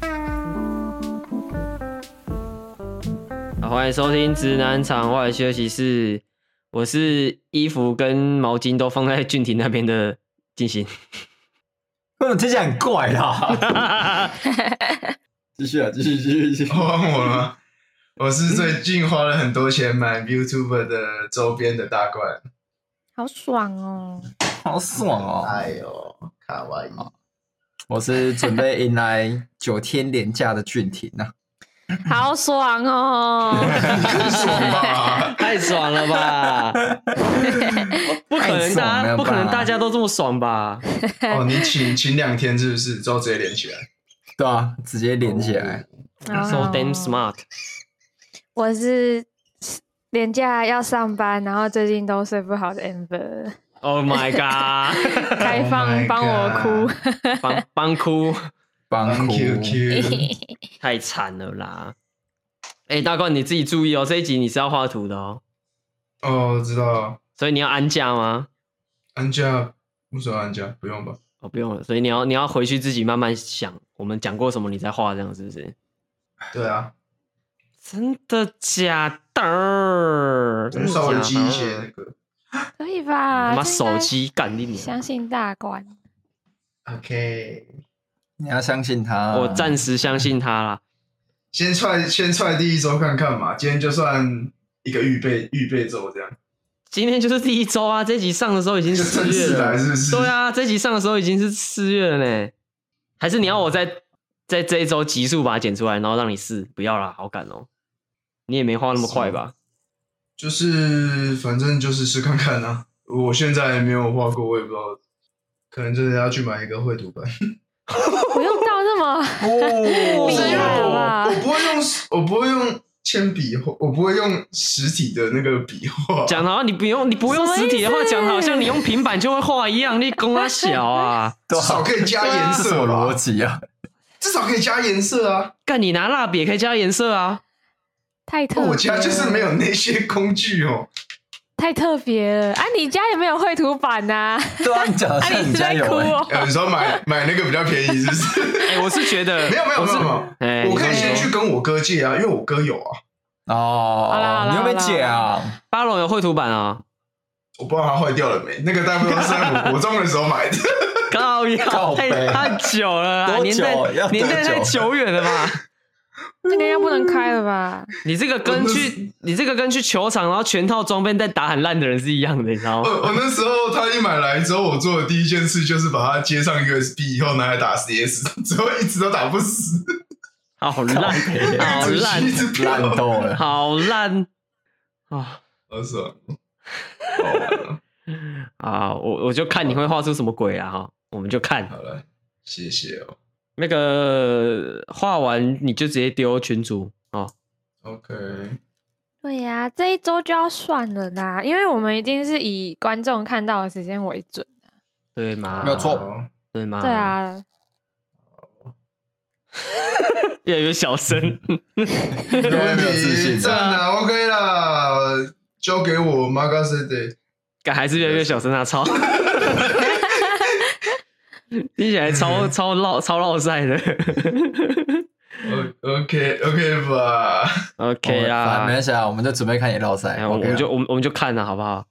啊欢迎收听《直男场外休息室》，我是衣服跟毛巾都放在俊廷那边的进行。嗯，听起来很怪 啦。继续啊，继续，继续，继续。换我了吗？我是最近花了很多钱买 VTuber 的周边的大罐，好爽哦！好爽哦！哎呦，卡哇伊！我是准备迎来九天连假的俊廷啊。好爽哦！很啊爽吧？ 太爽了 吧！不可能，大太爽家了吧不可能，大家都这么爽吧？哦，你请请两天是不是？之后直接连起来。对啊，直接连起来。哦 So damn smart！ 我是廉价要上班，然后最近都睡不好的 Amber， Oh my god！ 开放 Oh my 帮我 哭。帮帮哭，帮哭 QQ，太惨了啦！哎、大冠你自己注意哦，这一集你是要画图的哦，哦，知道。所以你要安假吗？安家，为什么安家？不用吧？哦，不用了，所以你要你要回去自己慢慢想，我们讲过什么你再画，这样是不是？对啊，真的假的？我稍微记一些那个。可以他吧？妈啊这应手该机干你娘！相信大官， OK，你要相信他。我暂时相信他啦。先踹先踹第一周看看嘛，今天就算一个预备预备周这样，今天就是第一周啊，这集上的时候已经就是正四式月来了。是不是？对，啊，这集上的时候已经是四月了呢。还是你要我在在这一周急速把它剪出来，然后让你试？不要啦，好赶哦。你也没画那么快吧？就是反正就是试看看啊。我现在没有画过，我也不知道，可能真的要去买一个绘图板。不用到 那么哦厉是因为害我吧我不会用，我不会用铅笔画，我不会用实体的那个笔画。讲的好像你不用你不用实体的话，讲的好像你用平板就会画一样，你公啊小啊！对至啊少可以加颜这是什色么逻吧，辑啊？至少可以加颜色啊！干你拿蜡笔也可以加颜色啊！太特别了。哦我家就是没有那些工具哦。太特别了啊！你家也没有绘图 板呐？对啊，你讲的啊，像你你是家在有哭欸哦？呃，你说买买那个比较便宜是不是？ 哎、我是觉得没有没有我没是有没有，哎，我可以你说先你说去跟我哥借啊，因为我哥有啊，好啦哦好，啦你又没解啊？巴龙有绘图板啊、 我不知道它坏掉了没。那个大部分都是在我国中的时候买的，高靠腰背太太久了啦，多久年代要多久年代太久远了 吧？欸那个要不能开了吧？嗯你这个跟去你这个跟去球场，然后全套装备在打很烂的人是一样的，你知哦道我吗？呃我那时候他一买来之后，我做的第一件事就是把它接上 USB 以后拿来打 CS，之 后一直都打不死，好烂，哦好一直烂一，直掉烂，透了。好烂啊！ 好爽。哦好玩哦啊，我我就看你会画出什么鬼啊！哈，我们就看好了，谢谢哦。那个画完你就直接丢群主哦。 OK，对呀、这一周就要算了啦，因为我们一定是以观众看到的时间为准。对吗？没有错 好对吗？对，啊，越来越小声。没问没有自题，信赞啊，OK 啦，交给我 m a g a s e d 干还是越来越小声啊，超，听起来 超超绕超绕赛的。 o k OK 吧。 OK 好啊没，关系啊，我们就准备看你绕赛。哎我 OK 啊们就我们我们就看了好不好？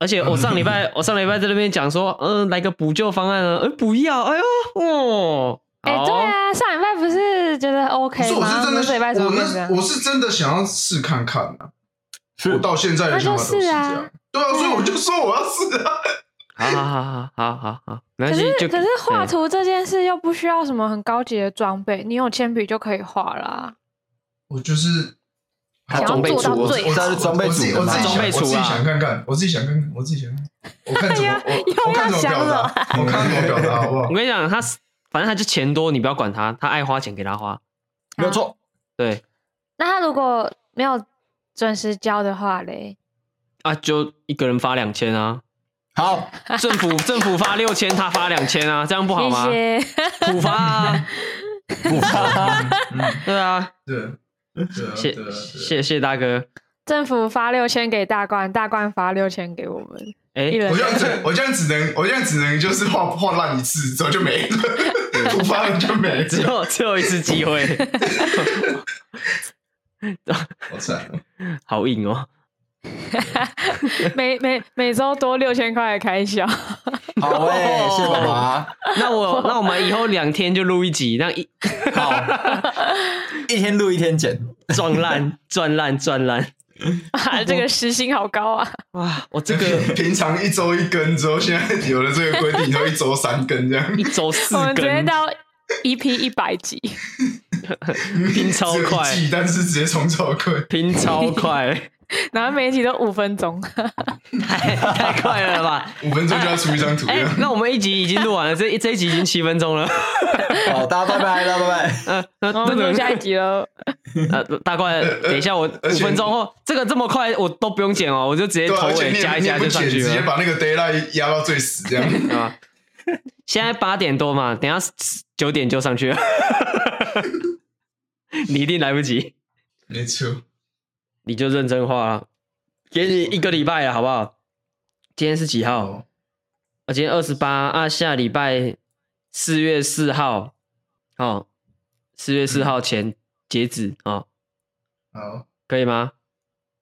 而且我上礼拜我上礼拜在那边讲说，嗯，来个补救方案啊，呃，不要，哎呦，哦，哎、好对，啊，上礼拜不是觉得 OK 不是，我吗？是真那这礼的，拜怎么我变这那样？我是真的想要试看看啊。是我到现在的想法都这那就是样啊。对啊，所以我就说我要试啊。好好好好好好，没可关系，是就哎可是画对图这件事又不需要什么很高级的装备，你有铅笔就可以画啦。我就是他想要装备做到组我我最好我他是装备我自己组的我嘛自己想装备组啊我自己想看看，我自己想看看，我自己想看看，我看怎么哎呀我我看怎么表又要达，我看怎么表达好不好我？跟你讲，他反正他就钱多，你不要管他，他爱花钱给他花，没有错，对那他如果没有准时交的话嘞，啊，就一个人发两千啊，好， 政府政府发六千，他发两千啊，这样不好吗？谢谢。普发啊，不发对 啊，对对啊谢对啊对啊。谢谢大哥。 政府发六千给大官，大官发六千给我们，哎一，人我这样子，我这样只能，我这样只能就是画画烂一次，之后就没了，突发了就没只了。 有只有一次机会。好惨哦，好硬哦。每每每周多六千块的开 销，好哎、谢谢爸爸。那 我那我们以后两天就录一集，那一好， 一天录一天剪，撞 烂撞烂撞烂。啊，这个时薪好高啊！哇，我这个平常一周一根之后，现在有了这个规定，以后一周三根这样，一周四我们直接根，到 EP 一百集， 拼超只有一 快季但是直接冲超快。拼超 快，然后每一集都五分钟，太太快了 吧？五分钟就要出一张图，哎、这样那我们一集已经录完了，这这一集已经七分钟了。好，大家拜拜，大家拜拜。呃，那然后那录个哦下一集了。呃，大怪，等一下我而五且分钟后，这个这么快我都不用剪哦，我就直接对啊，头而且尾你也加一你也加不就上剪，去直接了。把那个 d a y l i g h t 压到最死这样。啊，现在八点多嘛，等一下九点就上去了， 你一定来不及，没错，你就认真画了，给你一个礼拜了，好不好？今天是几号？好，啊，今天二十八啊，下礼拜四月四号，哦，四月四号前截止哦，好，可以吗？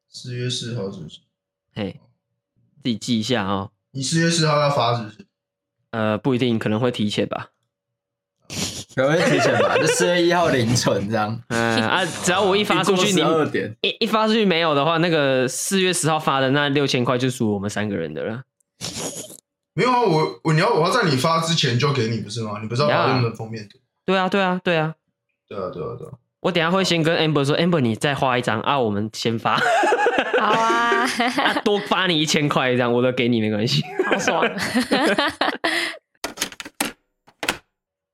四月四号是不是？嘿，自己记一下哦。你四月四号要发是不是？呃，不一定，可能会提前吧。有没有提前 吧？就四月一号凌晨这样。嗯 啊，只要我一发出去，你二点，一一发出去没有的话，那个四月十号发的那六千块就属我们三个人的了。没有啊，我我你要我要在你发之前就给你不是吗？你不是要把呀那本封面图？对啊，对啊，对啊。对啊，对啊，对啊。我等一下会先跟 Amber 说，Amber 你再画一张啊，我们先发， 好啊，啊多发你一千块这样，我都给你没关系。好爽！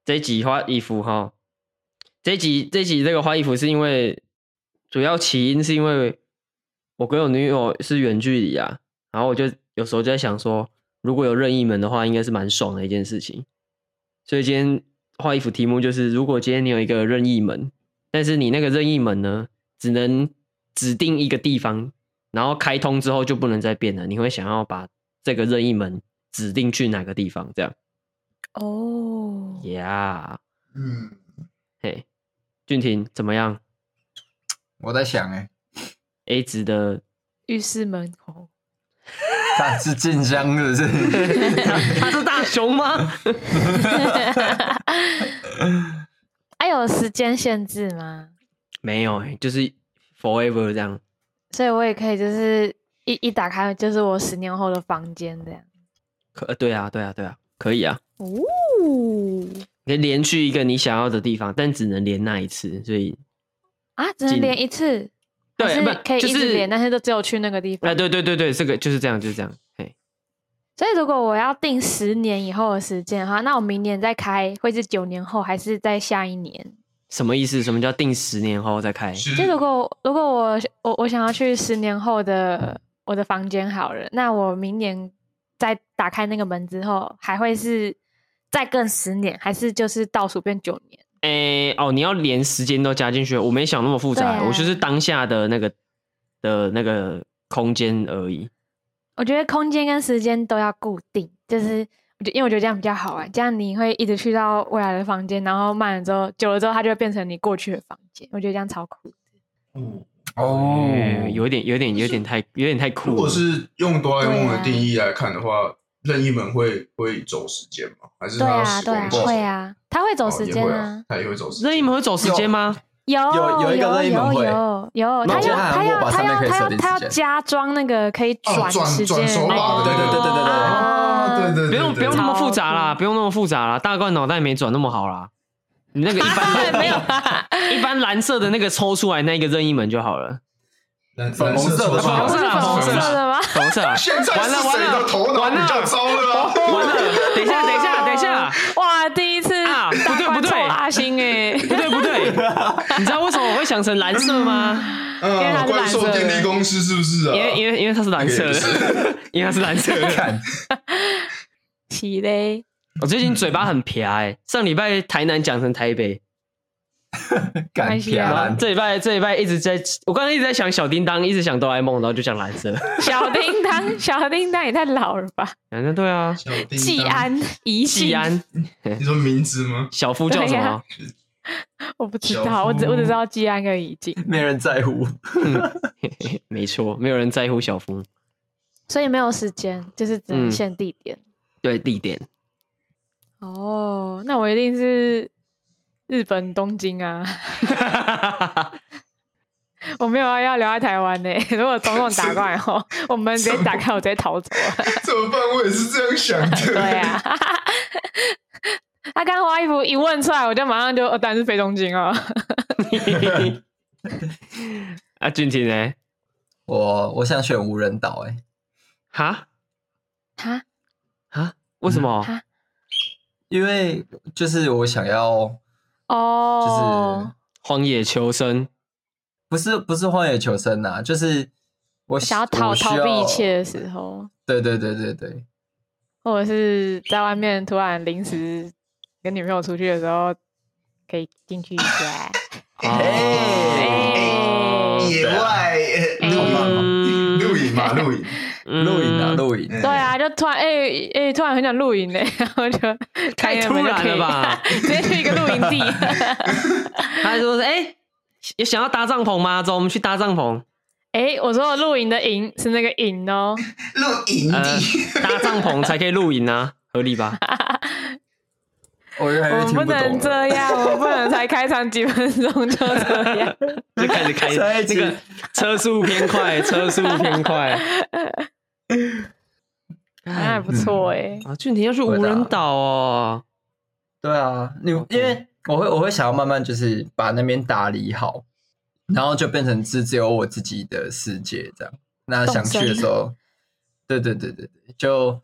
这一集画衣服哈，这一集这一集这个画衣服是因为主要起因是因为我跟我女友是远距离啊，然后我就有时候就在想说，如果有任意门的话，应该是蛮爽的一件事情。所以今天画衣服题目就是，如果今天你有一个任意门，但是你那个任意门呢，只能指定一个地方，然后开通之后就不能再变了，你会想要把这个任意门指定去哪个地方？这样 哦， ，Yeah。嗯，嘿，俊廷怎么样我在想哎、 ？A 值 的，浴室门口，他是晋江是不 是？他是大熊吗？哎、有时间限制吗？ 没有、欸，就是 forever 这样。所以我也可以就是一一打开就是我十年后的房间这样。可呃对啊，对啊，对啊，可以啊，哦，你可以连去一个你想要的地方，但只能连那一次，所以啊，只能进连一次，对还是不可以就一直是连，但是都只有去那个地啊、方。对对对对，这个就是这样，就是这样。嘿，所以如果我要定十年以后的时间的话，那我明年再开会是九年后，还是在下一年？什么意思？什么叫定十年后再开？是就如果如果我我我想要去十年后的我的房间好了，那我明年再打开那个门之后，还会是再更十年，还是就是倒数变九年？诶、哦，你要连时间都加进去，我没想那么复杂，对啊我就是当下的那个的那个空间而已。我觉得空间跟时间都要固定，就是我觉得因为我觉得这样比较好啊玩，这样你会一直去到未来的房间，然后慢了之后，久了之后，它就会变成你过去的房间。我觉得这样超酷。嗯哦嗯，有一点，有一点，有一点太，有点太酷了。如果是用哆啦 A 梦对啊的定义来看的话，任意门会会走时间吗？还是对它要啊，时对光啊，机会，啊，它会走哦时也间会啊，它也会走时任意间。门会走时间吗？有有有一个有任意门有会有有，他那要我看他我要把他上面要可以他设要定他时间要加装那个可以哦，转时间转的手那把，个，对对对对对对哦对对，不对用不对用那么复杂超啦，酷不用那么复杂啦，大怪脑袋没转那么好啦。你那个一 般哎 没有， 一般蓝色的那个抽出来那个任意门就好了，蓝粉红蓝色的抽吧出不是来粉红色的吗？红色啊。 现在完了是完谁了的头脑完了比较糟了 啊？完了，等一 下等一下等一下，哇，第一次啊不对大不对观众阿星哎，不对不对，你知道为什么我会想成蓝色 吗？因为它嗯，是怪蓝色兽的电力公司是不是啊？因为因为因为它是蓝色 也的， 因为它是蓝 色 的。看起嘞，我最近嘴巴很撇哎，上礼拜台南讲成台北，没敢关系撇然啊后蓝，这礼拜这礼拜一直在，我刚才一直在想小叮当，一直想哆啦 A 梦，然后就讲蓝色。小叮当，小叮当也太老了吧？反正对啊，小叮当季，安，宜季信，安 你说名字吗？小夫叫什对么啊？我不知小道，我只我只知夫道季安跟怡静，没人在乎。没错，没有人在乎小夫。所以没有时间，就是只能嗯限地点。对地点，哦，那我一定是日本东京啊，我没有要要留在台湾呢、 如果总统打过来后， 我们直接打开，我直接逃走了。怎么办？我也是这样想的。对啊， 他刚花衣服一问出来，我就马上就，哦当然是飞东京哦。啊，俊廷呢？我我想选无人岛、欸，哈哈，哈，为什么？哈因为就是我想要，就是、哦，荒野求生，不是不是荒野求生呐、啊，就是我想要逃我需逃避一切的时候，对对对对对，或者是在外面突然临时跟女朋友出去的时候，可以进去一下。哎哦哎野外呃哎露嗯营，露营嘛，露营。露营啊嗯露营，对啊，就突然哎哎、突然很想露营呢， 然后就太开个突门就然可以了吧 直接去一个露营地。 他就说：“哎、有想要搭帐篷吗？走，我们去搭帐篷。哎、我说的露营的营是那个营哦，露营呃地，，搭帐篷才可以露营啊，合理吧？我越来我越们听不能懂啊了。这样，我们不能才开场几分钟就这样。就开始开下一那集个车速偏快，车速偏 快那哎还不错哎、啊！俊廷要去无人岛哦，对啊，你因为我会我会想要慢慢就是把那边打理好，然后就变成是只有我自己的世界这样。那想去的时候， 对对对对对，就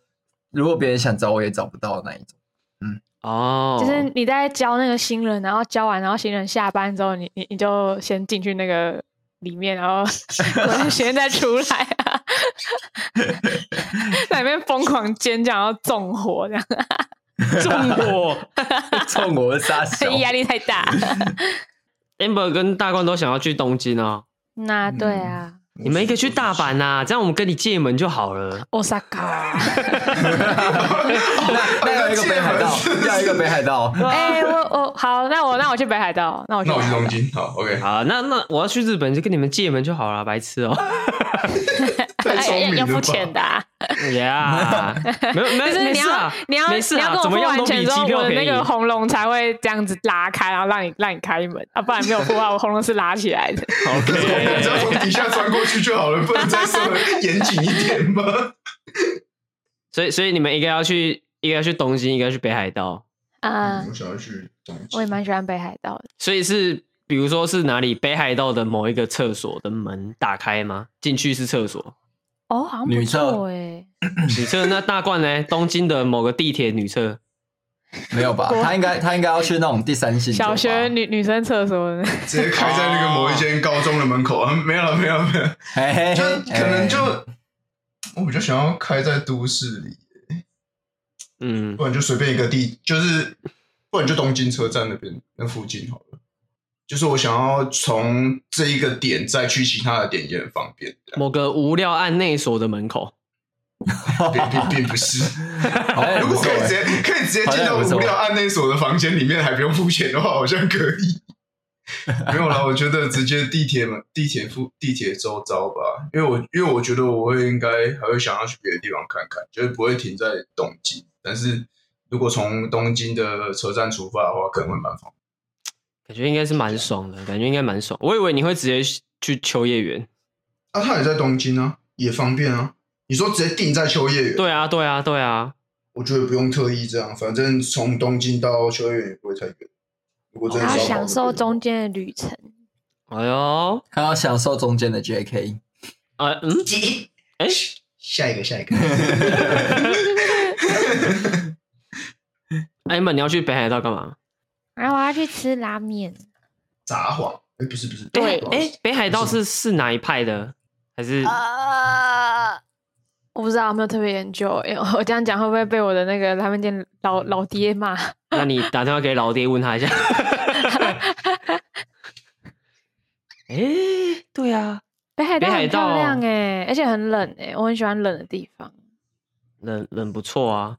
如果别人想找我也找不到那一 种。哦，就是你在教那个新人，然后教完，然后新人下班之后，你你你就先进去那个里面，然后过段时间再出来啊，在里面疯狂尖叫，然后纵火这样。，纵火。冲我是杀手压力太大。 Amber 跟大冠都想要去东京哦，那对啊你们一个去大阪呐、这样我们跟你借门就好了。 ，Osaka。那要一个北海道，要一个北海道。哎，我我好，那我那我去北海道，那我去那北我去海道。东京，好，OK。好，那那我要去日本就跟你们借门就好了，白痴哦、太聪哎要明要了吧付钱的啊，呀，没有没就有是没你事要 啊，你要没事你要啊，跟我怎付么样完都比钱之机后，票我的便那宜个。红龙才会这样子拉开，然后让你让你开门啊，不然没有 付啊，我红龙是拉起来的。我 只要 OK，从底下钻过去就好了，不能再稍微严谨一点吗？ 所以所以你们一个要去一个要去东京，一个要去北海道， 啊，嗯我想要去东京，我也蛮喜欢北海道的。所以是比如说是哪里北海道的某一个厕所的门打开吗？进去是厕所。哦，好像不女厕错哎，女厕那大冠呢？东京的某个地铁女厕，没有吧？他应该他应该要去那种第三性酒吧小学女女生厕所呢，直接开在那个某一间高中的门口啊！没有了，没有了，没有了，嘿嘿嘿就可能就我比较想要开在都市里，嗯，不然就随便一个地，就是不然就东京车站那边那附近好了。就是我想要从这一个点再去其他的点也很方便，某个无料案内所的门口。 并并并不是。好像也如不果错可以直欸。接可以直接进到无聊案内所的房间里面，还不用付钱的话，好像可 以。没有啦，我觉得直接地铁门、地铁附、地铁周遭吧，因为我因为我觉得我会应该还会想要去别的地方看看，就是不会停在东京。但是如果从东京的车站出发的话，可能会蛮方便。感觉应该是蛮爽的，感觉应该蛮爽。我以为你会直接去秋叶原。啊，他也在东京啊，也方便啊。你说直接定在秋叶原，对啊，对啊，对啊。我觉得不用特意这样，反正从东京到秋叶原也不会太远。如果真然的后是要享跑受的话中间的旅程。哎呦，他要享受中间的 J.K. 啊，嗯，哎，下一个，下一 个，艾们，你要去北海道干嘛？然后我要去吃拉面，札幌，哎，不是不是，对不好意思哎，北海道是是哪一派的？还是啊，我不知道，没有特别研究。哎、我这样讲会不会被我的那个拉面店老老爹骂？那你打电话给老爹问他一下。哎、对啊， 北海道北海很道漂亮哎、而且很冷哎、我很喜欢冷的地方。冷冷不错啊。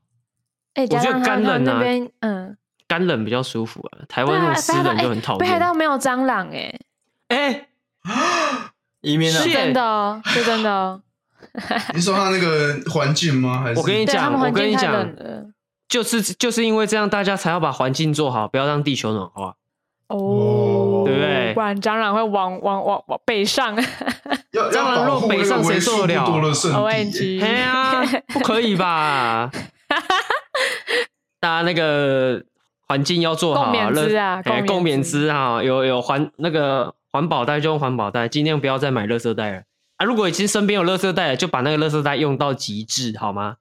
哎、觉加得上它干冷啊它那边嗯，干冷比较舒服啊，台对湾那啊，种北湿海道冷就哎很讨北海道厌。没有蟑螂哎、 哎，移民啊是，真的哦，是真 的哦。你说他那个环境吗？还是我跟你对他讲，们我环跟境你太讲冷，了。就是就是因为这样，大家才要把环境做好，不要让地球暖化。哦，对不对不然蟑螂会往往往往北 上。 要蟑要螂保落护北那个上谁为受数得不了多的圣地、 O 欸 N G，哎呀，不可以吧？大家那个环境要做好，共勉之啊垃共哎勉共勉之之啊，有有环那个环保袋就用环保袋，尽量不要再买垃圾袋了啊！如果已经身边有垃圾袋了，就把那个垃圾袋用到极致好吗？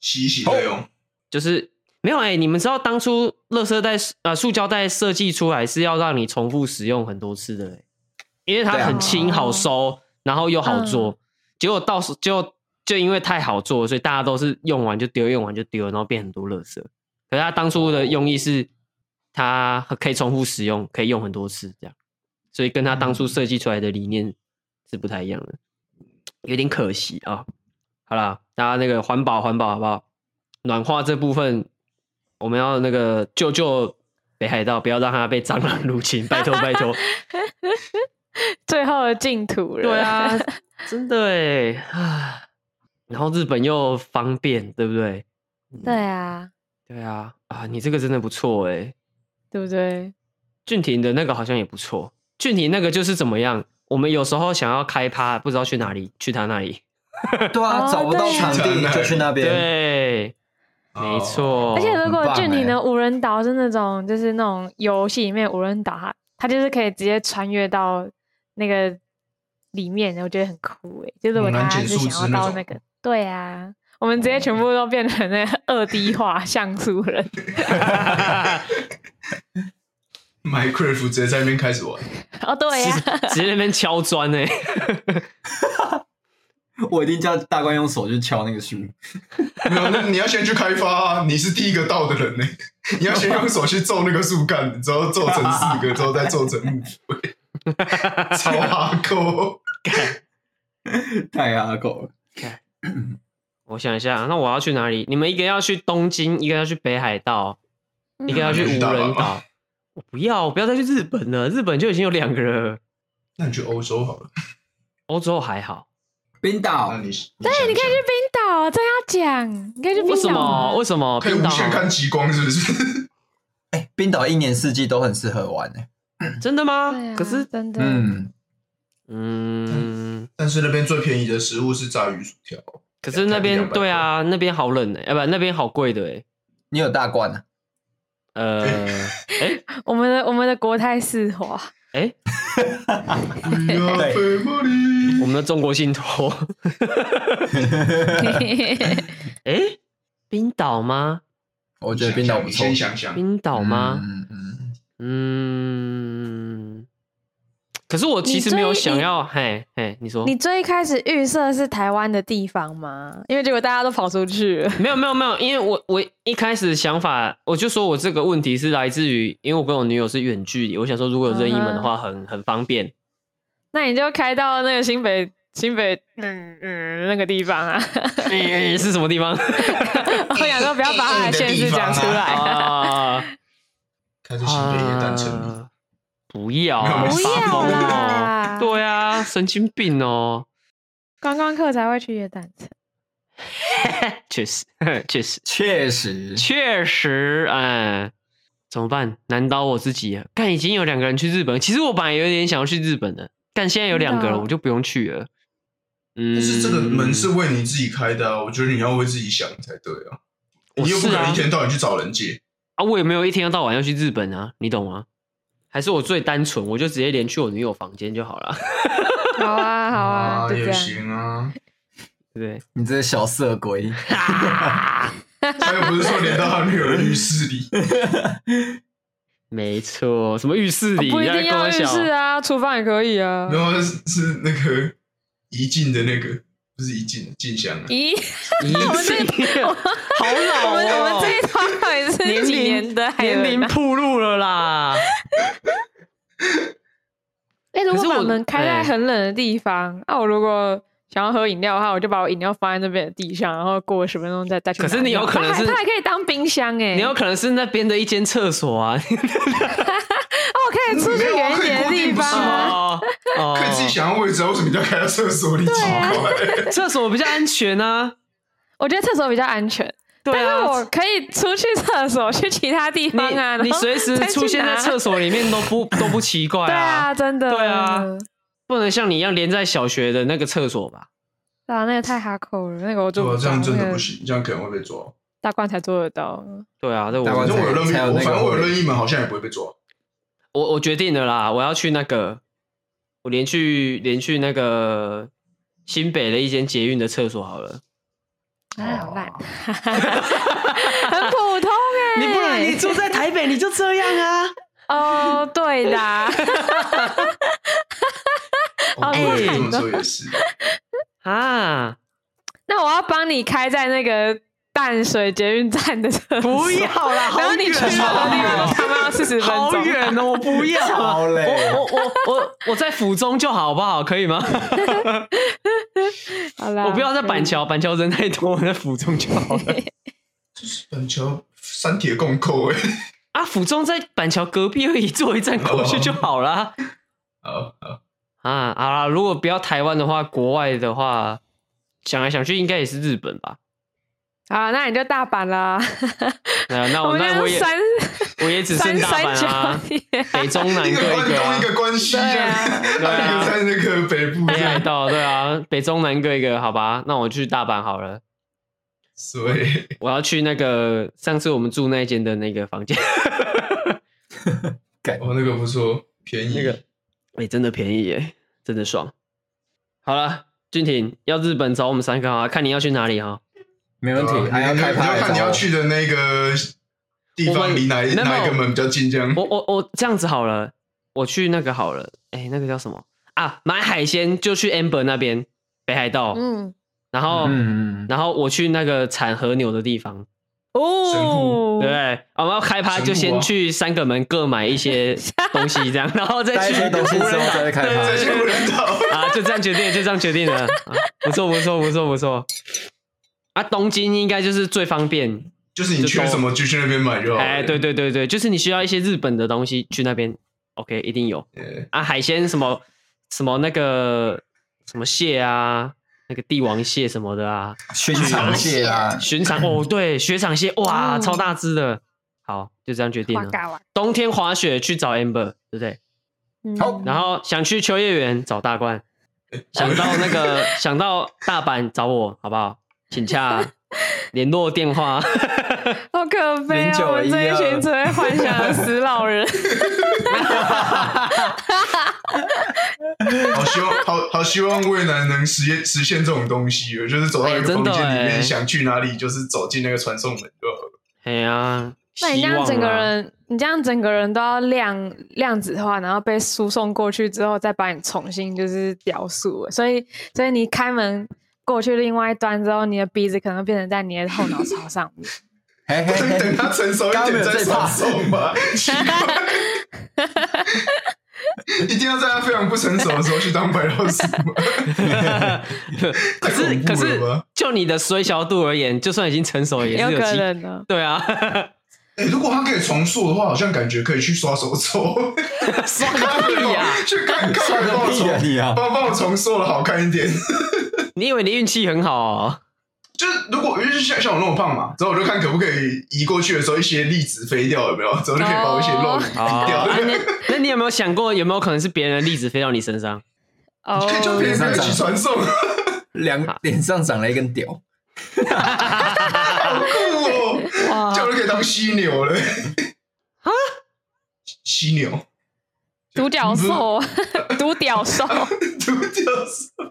洗一洗再用。就是没有哎、你们知道当初垃圾袋呃塑胶袋设计出来是要让你重复使用很多次的、欸，因为它对啊很轻哦好收，然后又好做。结果到时就就因为太好做，所以大家都是用完就丢，用完就丢，然后变很多垃圾。可是它当初的用意是它可以重复使用，可以用很多次这样，所以跟它当初设计出来的理念是不太一样的，有点可惜啊。好啦，大家那个环保环保好不好？暖化这部分，我们要那个救救北海道，不要让它被蟑螂入侵，拜托拜托。最后的净土了。对啊， 真的哎，唉然后日本又方便，对不对？对啊，对啊，啊，你这个真的不错哎，对不对？俊廷的那个好像也不错。俊廷那个就是怎么样？我们有时候想要开趴，不知道去哪里，去他那里。对啊，哦找不到对啊场地就去那边，对，哦没错。哦而 且如果很棒就你欸的无人岛是那种，就是那种游戏里面的无人岛，它它就是可以直接穿越到那个里面，我觉得很酷诶。就如果嗯大难家减是数想要值那到种那个，对啊，我们直接全部都变成那个二 D 化像素人， Minecraft 直接在那边开始玩，哦，对 呀、啊，直接在那边敲砖哎， 我一定叫大官用手去敲那个树。没有，那你要先去开发啊！你是第一个到的人呢、你要先用手去揍那个树干，之后揍成四个，之后再揍成五回，超哈扣。太阿狗了，我想一下，那我要去哪里？你们一个要去东京，一个要去北海道，嗯一个要去无大阪人吗岛。我不要，我不要再去日本了，日本就已经有两个了。那你去欧洲好了，欧洲还好，冰岛那你对，你可以去冰岛，哦这个要讲，你可以去为冰什岛么？吗。为什么可以冰无岛限看极光，是不是？ 哎，冰岛一年四季都很适合玩欸诶。真的吗对啊？可是，真的，嗯，嗯，但是那边最便宜的食物是炸鱼薯条，可是那边200对啊，那边好冷哎，啊不，那边好贵的哎。你有大罐啊？ 呃，哎我们的我们的国泰世华， 哎， We are family 我们的中国信托， 哎，冰岛吗？我觉得冰岛不你错。先想嗯想，冰岛吗？嗯嗯，嗯，可是我其你实没有最想你要，嘿嘿，你说你最一开始预设是台湾的地方吗？因为结果大家都跑出去了。没有没有没有，因为我我一开始想法，我就说我这个问题是来自于，因为我跟我女友是远距离，我想说如果有任意门的话嗯很很方便， 那你就开到那个新北新北嗯嗯那个地方啊，嗯是什么地方我想说不要把它的县市讲出来。啊？开始新北夜单车。啊不要啊，没有不发要疯啦，对啊，神经病 哦，观光客才会去夜蛋城。确 实确实确实，确实，哎，怎么办？难倒我自己了。啊看，已经有两个人去日本，其实我本来有点想要去日本的，但现在有两个真的人，哦我就不用去了。嗯，但是这个门是为你自己开的、啊，我觉得你要为自己想才对啊。我你又是不可啊能一天到晚去找人借，啊，我也没有一天到晚要去日本啊，你懂吗？还是我最单纯，我就直接连去我女友房间就好了， 好啊，好啊，就这也样。行啊。对不你这个小色鬼，他又不是说连到他女友的浴室里，对？没错，什么浴室里、啊不一在定要光浴小室啊，厨房也可以啊。然后是是那个怡静的那个，不是怡静，静香啊。咦， 一次好老哦，我们我们这一团到底是几年年龄的？年龄哎铺路了啦。，诶如可果是把我门开在哎很冷的地方，啊，我如果想要喝饮料的话，我就把我饮料放在那边的地上，然后过十分钟再再去拿可饮料。是你有可能是它还它还可以当冰箱哎、你有可能是那边的一间厕所啊，哦，可以出去远一点的地方啊。哦哦可以自己想要位置啊，为什么一定要开到厕所里？奇怪，厕所比较安全啊。我觉得厕所比较安全，对但是我啊，可以出去厕所，去其他地方啊。你你然后随时再去出现在拿厕所里面都不都不奇怪对啊啊，，真的。对啊对不能像你一样连在小学的那个厕所吧？啊，那个太哈口了，那个我对做不啊，到。这样真那的个不行，这样可能会被抓。大冠才做 得到。对啊，这台反湾我正我有任意，才有我那个反正我有后面任意门，好像也不会被抓。我我决定了啦，我要去那个，我连去连去那个新北的一间捷运的厕所好了。哎，好哦烂， 很 普通哎、住在台北你就这样啊？哦，对的啊，哦，对，哎这么说也是。 啊， 那我要帮你开在那个淡水捷运站的厕所，不要啦，然后你去好啊哦任何地方都他妈要四十分钟，好远哦，我不要。好嘞，我我我我在府中就好，好不好？可以 吗？好啦，我不要在可以板，桥，板桥人太多，我在府中就好 了。板桥三铁共构哎，啊，府中在板桥隔壁而已，坐一站过去就好啦。好好， 啊，好啦，如果不要台湾的话，国外的话，想来想去应该也是日本吧。好啦，那你就大阪啦，那 那我们那就我是也三我也只三剩大三阪角啊，铁，北中南一各个关个、东，啊一。个关西，这对样，啊还有一个在那个北部这北海样，道对啊，北中南各一个，好吧，那我去大阪好了。所以我要去那个上次我们住那间的那个房间， 哦，那个不错，便宜。那个，哎、真的便宜耶，真的爽。好了，俊廷要日本找我们三个啊，看你要去哪里哈。没问对题，啊还要你开你趴哦要来找看你要我去的那个地我方们离哪一没有哪一个门比较近，这样。我我我这样子好了，我去那个好了，哎、那个叫什么啊？买海鲜就去 Amber 那边，北海道。嗯，然后、嗯嗯然后我去那个产和牛的地方，神户哦对不，啊对？我们要开趴神户就先啊去三个门各买一些东西，这样，然后再带一去些东西之后再去开对趴再对去对无人岛， 啊，就这样决定，就这样决定了。啊不错，不错，不错，不错。啊，东京应该就是最方便。就是你缺什么就去那边买就好了。哎，对对对对，就是你需要一些日本的东西，去那边，OK，一定有对，啊，海鲜什么什么那个什么蟹啊，那个帝王蟹什么的啊，寻常啊蟹啦，寻常哦，对，雪场蟹，哇，哦超大只的。好，就这样决定啊哇了。嘎哇，冬天滑雪去找 Amber，对不对？嗯好然后想去秋叶原找大冠，想到那 个想到大阪找我，好不好？请 假联络电话，好可悲啊！ 09我们这一群只会幻想的死 老人，好希望，好好希望未来能实现实现这种东西哦，就是走到一哎个真房的间里哎面，想去哪里就是走进那个传送门就好了。哎呀，那你希这望样啊整个人，你这样整个人都要量量子化，然后被输送过去之后，再把你重新就是雕塑了。所以，所以你开门过去另外一端之后，你的鼻子可能变成在你的后脑槽上面。嘿 嘿等嘿等，它成熟一点再传送吧。奇怪一定要在它非常不成熟的时候去当白老鼠吗？ 可太是恐怖可了是吧就你的衰小度而言，就算已经成熟， 也有是有可机能呢。对 啊，哎、如果它可以重塑的话，好像感觉可以去刷手抽。刷个屁啊！ 去看看看帮我算个屁啊你啊重，帮帮我重塑的好看一点。你以为你运气很好哦？就是如果就是像像我那么胖嘛，之后我就看可不可以移过去的时候一些粒子飞掉有没有，之后就可以把我一些肉移掉。啊那那你有没有想过，有没有可能是别人的例子飞到你身上？哦， 可 以就别人上一起传送，好两脸上长了一根屌，酷哦！哇这样我就可以当犀牛了。啊犀牛，独角兽，啊 独角兽，独角兽，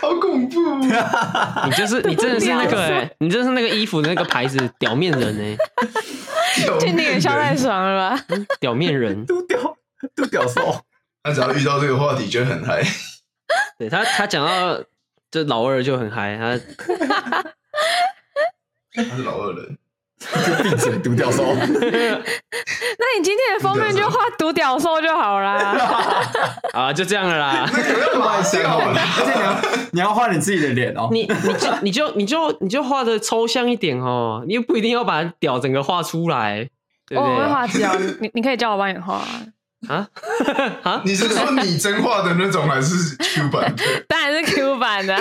好恐怖 哦！你就是你真的是那个、不要欸，你真的是那个衣服的那个牌子，屌面人哎、屌就你面也笑太人爽了吧？屌面人。嘟屌嘟屌兽，他只要遇到这个话题就会很嗨。对他，他讲到这老二就很嗨，他他是老二人，就闭嘴，独角 兽。那你今天的封面就画独角兽就好啦。啊，就这样了啦。 那可能要马哦掉了。而且你要你要画你自己的脸哦。你你就你就你就你就画的抽象一点哦，你又不一定要把屌整个画出来，对哦我不很会对？画脚，你你可以叫我帮你画啊。啊啊，你是说拟真化的那种，还是 Q 版的？当然是 Q 版的，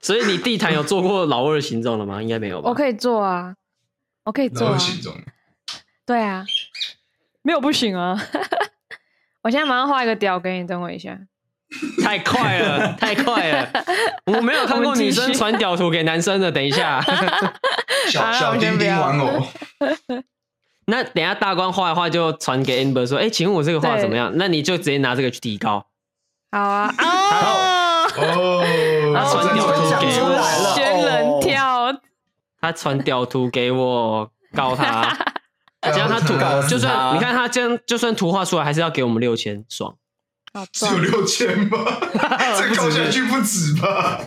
所以你地毯有做过老二形状了吗？应该没有吧？我可以做啊，我可以做然后啊。形状，对啊，没有不行啊。我现在马上画一个屌给你，等我一下。太快了，太快了！ 我没有看过女我们生继续传屌图给男生的。等一 下，小好小那我先丁不丁要玩偶，那等一下大官画一画就传给 Amber 说：“哎、请问我这个画怎么样？”那你就直接拿这个去提高。好啊，哦，哦，他传真屌的图假的给我仙人跳，他传屌图给我，告 他。啊只要他搞他图，就算搞他你看他这样，就算图画出来，还是要给我们六千，爽。好只赚有，六千 吧？这搞下去不止吧？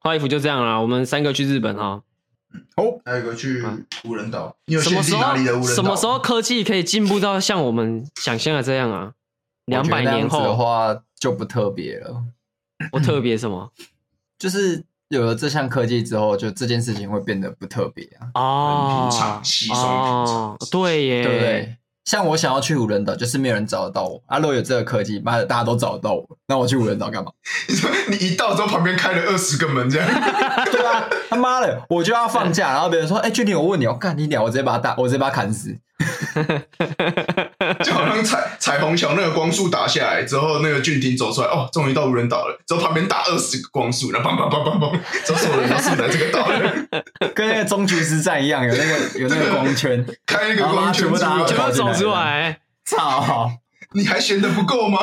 画衣服就这样啦。我们三个去日本哈，还有一个去啊无人岛，你有哦什么限时定哪里的无候人什岛？么时候？科技可以进步到像我们想象的这样啊？两百年我觉得那样子的后，话就不特别了。我特别什么？就是有了这项科技之后，就这件事情会变得不特别啊，哦，平常稀松平常哦，对耶，对不对？像我想要去五人岛，就是没有人找得到我。啊，如果有这个科技，妈的，大家都找得到我，那我去五人 岛干嘛？你说 你一到之后，旁边开了二十个门这样，对啊，他妈的，我就要放假，然后别人说，哎、俊廷，我问你，我干你鸟，我直接把他打，我直接把他砍死。就好像彩彩虹桥那个光束打下来之后，那个俊廷走出来，哦，终于到无人岛了。之后旁边打二十个光束，然后砰砰砰砰砰，之后所有人都是在这个岛 了，跟那个中途之战一样，有那个有那个光圈，开一个光圈出好吧啊全部全部走来，走出出来。操！你还嫌得不够吗？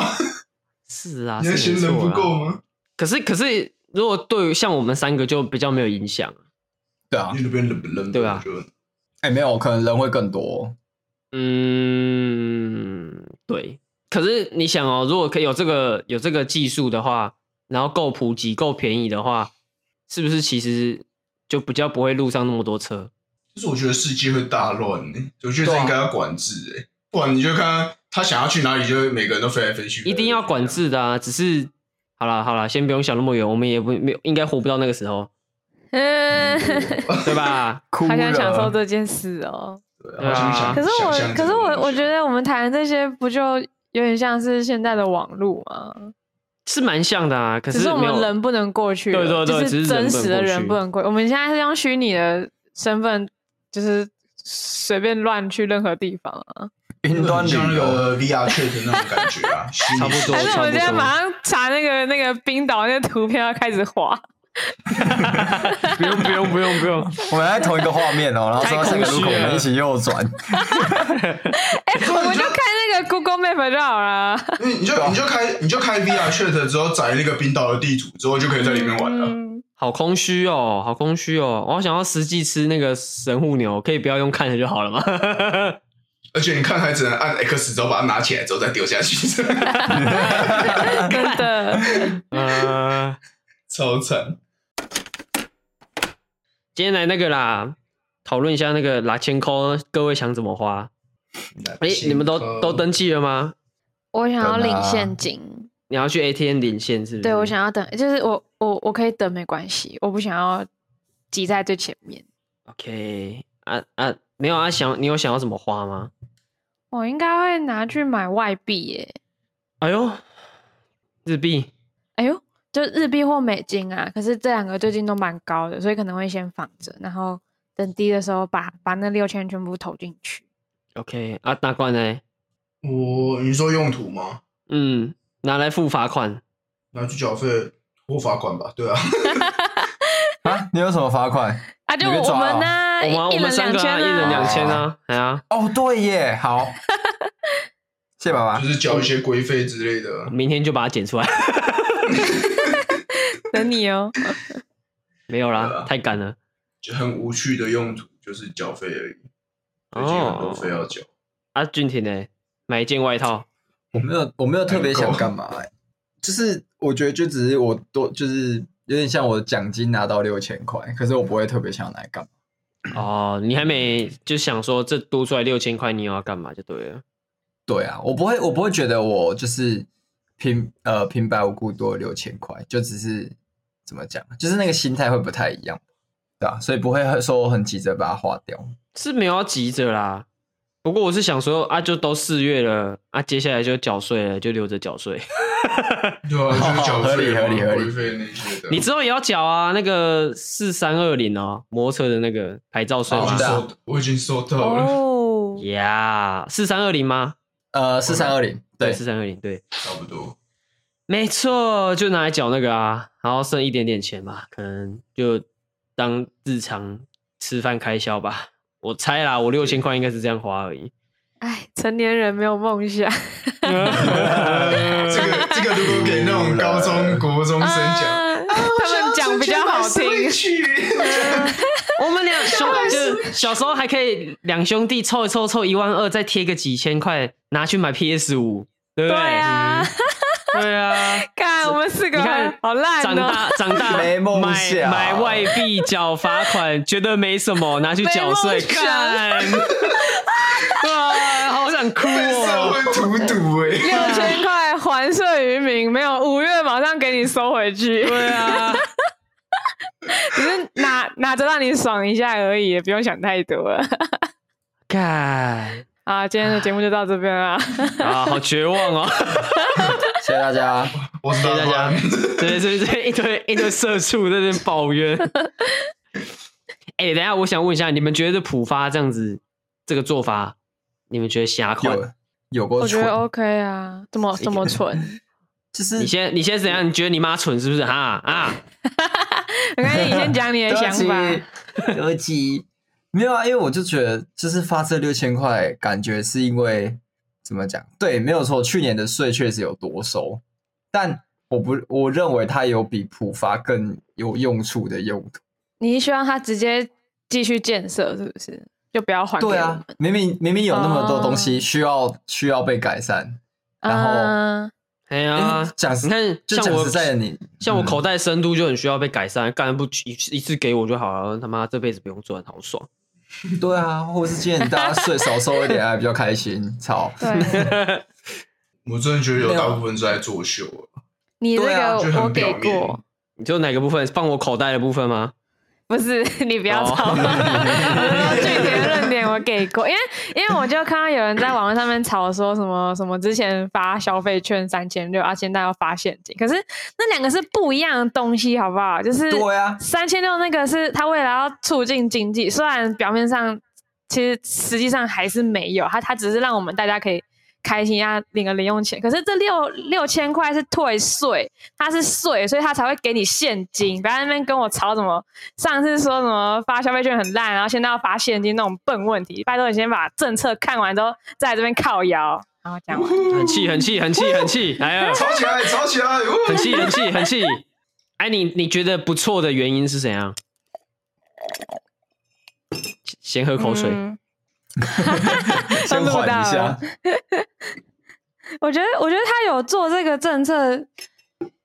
是啊，你还是嫌没人错不啦够吗？可是可是，如果对于像我们三个就比较没有影响，对啊因，为那边冷不冷？对啊我觉得哎、没有，可能人会更多。嗯，对。可是你想哦，如果可以有这个有这个技术的话，然后够普及、够便宜的话，是不是其实就比较不会路上那么多车？就是我觉得世界会大乱呢、啊我觉得这应该要管制哎、不然你就看他想要去哪里，就会每个人都飞来飞去，一定要管。制的啊！只是好了好了，先不用想那么远，我们也不没有应该活不到那个时候，嗯，对吧？哭好想享受了，这件事哦。对啊，好想想可是想我，象可是这我，种我觉得我们谈的这些不就有点像是现在的网络吗？是蛮像的啊，可只是我没们有人不能过去了，对对对就只是人是真不能实的过去人不能过去。我们现在是用虚拟的身份，就是随便乱去任何地方啊。云端很旅像 那啊游，个 VR 确的那种感觉啊， 虚拟差不多还我是我差们不现多在马上查那个那个冰岛那个图片，要开始滑。不用不用不用不用，我们在同一个画面哦，然后说到下个路太空虚口，我了们一起右转。哎、 我们就开那个 Google Map 就好了。哎你你啊就你就开你就开 VR 确的之后载那个冰岛的地图之后，就可以在里面玩了。嗯，好空虚哦，好空虚哦！我好想要实际吃那个神户牛，可以不要用看着就好了吗？ 而且你看还只能按 X 之后把它拿起来之后再丢下去， 真的。呃，超惨。今天来那个啦，讨论一下那个拉千扣，各位想怎么花？嗯哎、你们都呃都登记了吗？ 我想要等领啊现金，你要去 ATM 领现是不是？对我想要等，就是我我我可以等没关系，我不想要挤在最前面。 OK 啊啊，没有啊，想你有想要怎么花吗？我应该会拿去买外币耶、哎呦，日币哎呦，就日币或美金啊。可是这两个最近都蛮高的，所以可能会先放着，然后等低的时候把把那六千全部投进去。 OK 啊，大罐呢？我你说用途吗？嗯，拿来付罚款。拿去缴费或罚款吧？对啊，啊，你有什么罚款？啊，就你被我抓们呢、我们一我们人三两个千啊，一人两千啊，哎呀，哦，对耶， 好，谢谢爸爸 就。是缴一嗯些规费之类的。明天就把它剪出来。等你哦。 没有对啦啊，太赶了。就很无趣的用途，就是缴费而已。哦最近很多费要缴，哦啊，俊廷呢？买一件外套， 哎我没有，我没有特别想干嘛、欸，就是我觉得就只是我多就是有点像我奖金拿到六千块，可是我不会特别想要拿来干嘛。哦，你还没就想说这多出来六千块，你有要干嘛就对了。对啊，我不会，我不会觉得我就是平呃平白无故多六千块，就只是怎么讲，就是那个心态会不太一样，对啊，所以不会说我很急着把它花掉。是没有要急着啦。不过我是想说啊，就都四月了啊，接下来就缴税了，就留着缴税。 对啊，就是缴 合理税合理合理规费那些的，你之后也要缴啊，那个四三二零哦，摩托车的那个牌照税我已吗经哦知道收，我已经收到了，哦，呀，四三二零吗？呃，四三二零， 对，四三二零，对，差不 多。没错，就拿来缴那个啊，然后剩一点点钱嘛，可能就当日常吃饭开销吧。我猜啦，我六千块应该是这样花而已。哎，成年人没有梦想， 这个这个如果给那种高中国中生讲，啊他们讲比较好听。我们两兄就是小时候还可以两兄弟凑一凑凑一万二，再贴个几千块拿去买 PS 五，对不对对？啊，对 啊。看我们四个你看人好烂长哦，大长大没梦买想买外币缴罚款，觉得没什么，拿去缴税没梦想干。 哇，好想哭社哦！会荼毒欸哎，六 千块还税于民，没有五月马上给你收回去，对啊， 只是拿拿着让你爽一下而已，也不用想太多了。干啊，今天的节目就到这边啦。啊，好绝望哦！谢谢大家。我是谢大谢大家家，。对对对，一堆一堆社畜在那边抱 怨。哎、等一下，我想问一下，你们觉得浦发这样子这个做法，你们觉得瞎款？有有过 我觉蠢得，OK 啊，怎么怎么 蠢？就是你先，你先怎样？你觉得你妈蠢是不是？哈啊！我看你先讲你的啊想法。法。得急，没有啊，因为我就觉得，就是发这六千块，感觉是因为怎么讲？对，没有错，去年的税确实有多收，但我不，我认为它有比普发更有用处的用途。你希望他直接继续建设，是不是？就不要还给我对们啊，，明明明明有那么多哦东西需要需要被改善，然后 嗯哎呀诶，讲实你看，就像讲我实在的 你像我嗯口袋深度就很需要被改善，干不一一次给我就好了，他妈这辈子不用赚，好爽。对啊，或者是今年大家税少收一点，哎还比较开心。操，对， 我真的觉得有大部分是在作秀啊，你这对啊个就我很给表面过，你就哪个部分放我口袋的部分吗？不是你不要哦吵。我 说具体的论点我给过，因为因为我就看到有人在网络上面吵说什么什么之前发消费券三千六，啊现在要发现金，可是那两个是不一样的东西，好不好？就是对啊，三千六那个是他为了要促进经济，虽然表面上其实实际上还是没有，他他只是让我们大家可以开心一下领个零用钱。可是这六六千块是退税，它是税，所以他才会给你现金。不要在那边跟我吵什么上次说什么发消费券很烂，然后现在要发现金那种笨问题。拜托你先把政策看完之后，再来这边靠摇。然后讲完，很气，很气，很气，很气，来啊了，吵起来，吵起来，呜很气，很气，很气。哎，你你觉得不错的原因是怎样？先喝口水。嗯先缓一下。我觉得，我觉得他有做这个政策，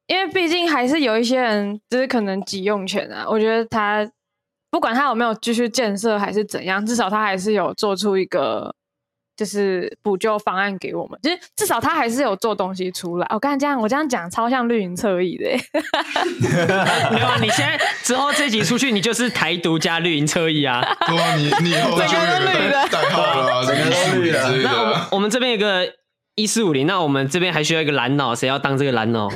因为毕竟还是有一些人就是可能急用钱啊。我觉得他不管他有没有继续建设还是怎样，至少他还是有做出一个就是补救方案给我们，就是至少他还是有做东西出来。我刚才这样，我这样讲超像绿营侧翼的、欸， 没有啊，你现在之后这集出去，你就是台独加绿营车衣啊。对啊，你你以后就有整个都绿的代代号了啊，这个整个都是绿之的类的那我们啊。我们这边有个一四五零，那我们这边还需要一个蓝脑，谁要当这个蓝脑？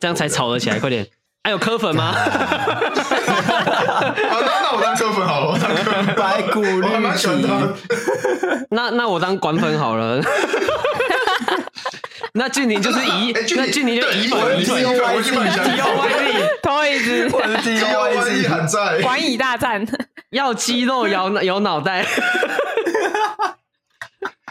这样才吵得起来，快点！还、有柯粉吗？ 好，那那我当科粉好了，我当科粉，白骨绿我还蛮喜欢皮他 的。那那我当管粉好了。 那俊宁就是疑，哎俊那宁俊宁就对疑疑粉粉疑疑粉粉我去帮你想疑 有外力，头椅子我的第一只 有万一个还在，管椅大战， 要肌肉摇摇脑袋。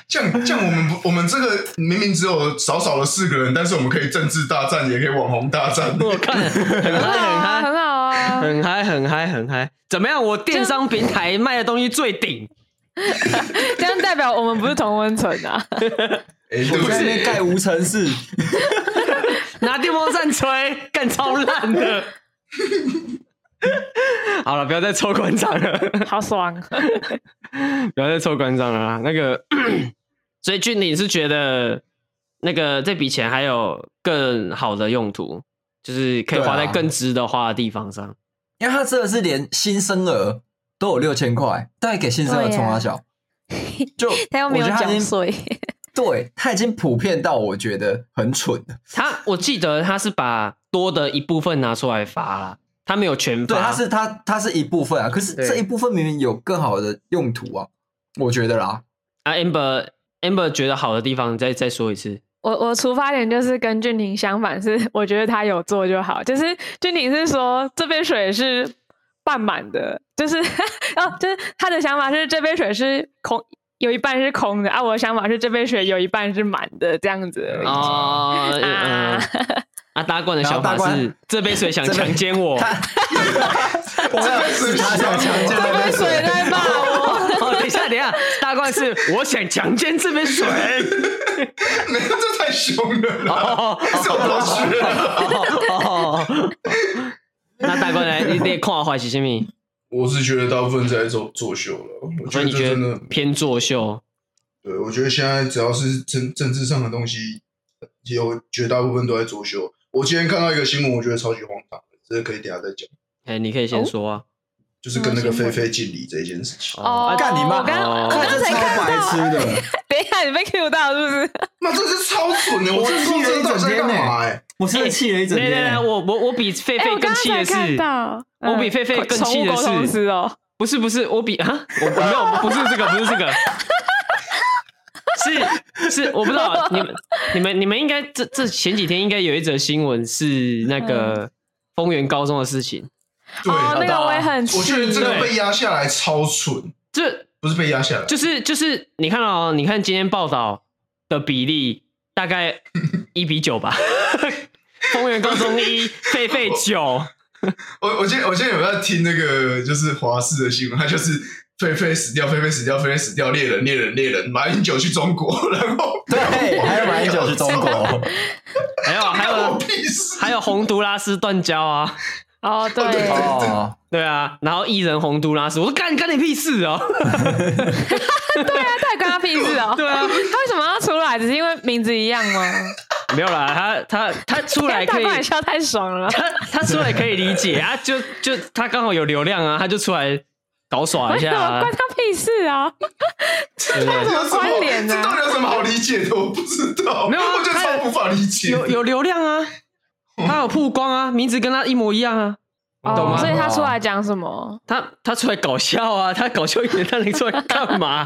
这样这样，我们不我们这个明明只有少少的四个人，但是我们可以政治大战，也可以网红大 战。我看很很好啊，嗨很好啊。很嗨很嗨很嗨很嗨，怎么样？我电商平台卖的东西最顶，这样代表我们不是同温层啊！哎，对我不在那边起，盖无尘室，拿电风扇吹，干超烂的。 好了，不要再抽馆长了，好爽，啊不要再抽馆长了啦。那个， 所以俊，你是觉得那个这笔钱还有更好的用途，就是可以花在对啊更值得花的地方啊上。因为他真的是连新生儿都有六千块，到底给新生儿对啊冲他小？就 他又没有我觉得他已缴经税，对他已经普遍到我觉得很蠢了。他我记得他是把多的一部分拿出来发啦，他没有全发。对，它啊是它它是一部分啊，可是对这一部分明明有更好的用途啊，我觉得啦。啊，amber amber 觉得好的地方，再再说一次。我我出发点就是跟俊廷相反，是我觉得他有做就好。就是俊廷是说这杯水是半满的，就是 哦，就是他的想法是这杯水是空，有一半是空的啊。我的想法是这杯水有一半是满的，这样子而已。哦，嗯、啊啊，大冠的然后想法大冠是这杯水想 这杯强奸我，他，我要是他想强奸这那杯杯水水，在骂我， 哦，等一下，等一下，大冠是我想强奸这杯 水。没有，这太凶了啦，哦 这我都学了。哦哦，那大冠来，你得看坏是什么？ 我是觉得大部分在做作秀了，我所觉以你得这觉真得的，偏作秀？对我觉得现在只要是政政治上的东西，有绝大部分都在作秀。我今天看到一个新闻，我觉得超级荒唐的，这个可以等一下再讲，哎，你可哦以先说啊。就是跟那个什么新菲闻菲敬礼这一件事情。哦啊干你妈！我刚我看刚这才超看白到哎痴的， 等一下你被 Q 到是不是？妈，这是超蠢的！我真的不知道这到底在干嘛哎、我真的气了一整来来来，天。我我我比狒 哎，我狒更刚刚气才的看是，到，我比嗯狒狒更宠气物的沟通是，师哦，不是不是，我比啊，我没有，不是这个，不是这个，是是，我不知道你们你们你们应该这这前几天应该有一则新闻是那个丰原高中的事情，对，哦，到那个啊我也很气，我觉得这个对被压下来超蠢，这不是被压下来，就是就是，你看哦，你看今天报道的比例大概一比九吧，丰原高中一，狒狒九，我我今天我今天有在听那个就是华视的新闻，他就是菲菲死掉，菲菲死掉，菲菲死掉，猎人猎人猎人，马英九去中国， 然后对，还有马英九去中 国，哦还有还关我有屁事，还有洪都拉斯断交啊，哦对，哦，对啊，然后艺人洪都拉斯，我说干干你屁事哦，对啊，太关他屁事哦。对啊 他为什么要出来？只是因为名字一样吗？没有啦，他他他出来 大可以。怪笑太爽了。他他出来可以理解啊，就就他刚好有流量啊，他就出来搞耍为一什下、么啊关，他屁事啊？对不对？有什么关联呢这到底有什么好理解的？我不知道，没有啊 我觉得他超无法理解。有有流量啊， 他有曝光啊，名字跟他一模一样啊，懂哦吗所以？他出来讲什么？他他出来搞笑啊，他搞笑一点，他能出来干嘛？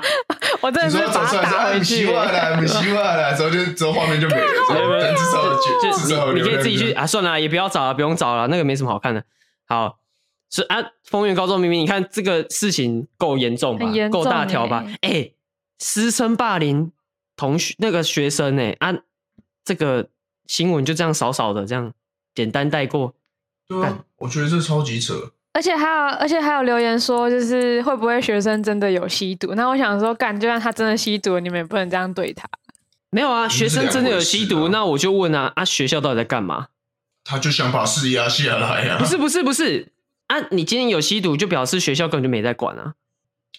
我真的你是说把走出他来说打啊，回很希去。望啦，很希望啦，啊之后就之后画面就没了， 但至少有就至少是有你你流可以量自己去啊，算了啊，也不要找了，不用找了，那个没什么好看的。好，是啊，丰原高中明明你看这个事情够严重吧很，严重欸够大条吧？哎、师生霸凌同学那个学生哎、啊，这个新闻就这样少少的这样简单带过，对啊，我觉得这超级扯。而且还有，而且还有留言说，就是会不会学生真的有吸毒？那我想说，干，就算他真的吸毒，你们也不能这样对他。没有啊，这学生真的有吸两毒，回事啊那我就问啊，啊，学校到底在干嘛？他就想把事压下来啊！不是不是不是啊，你今天有吸毒，就表示学校根本就没在管啊。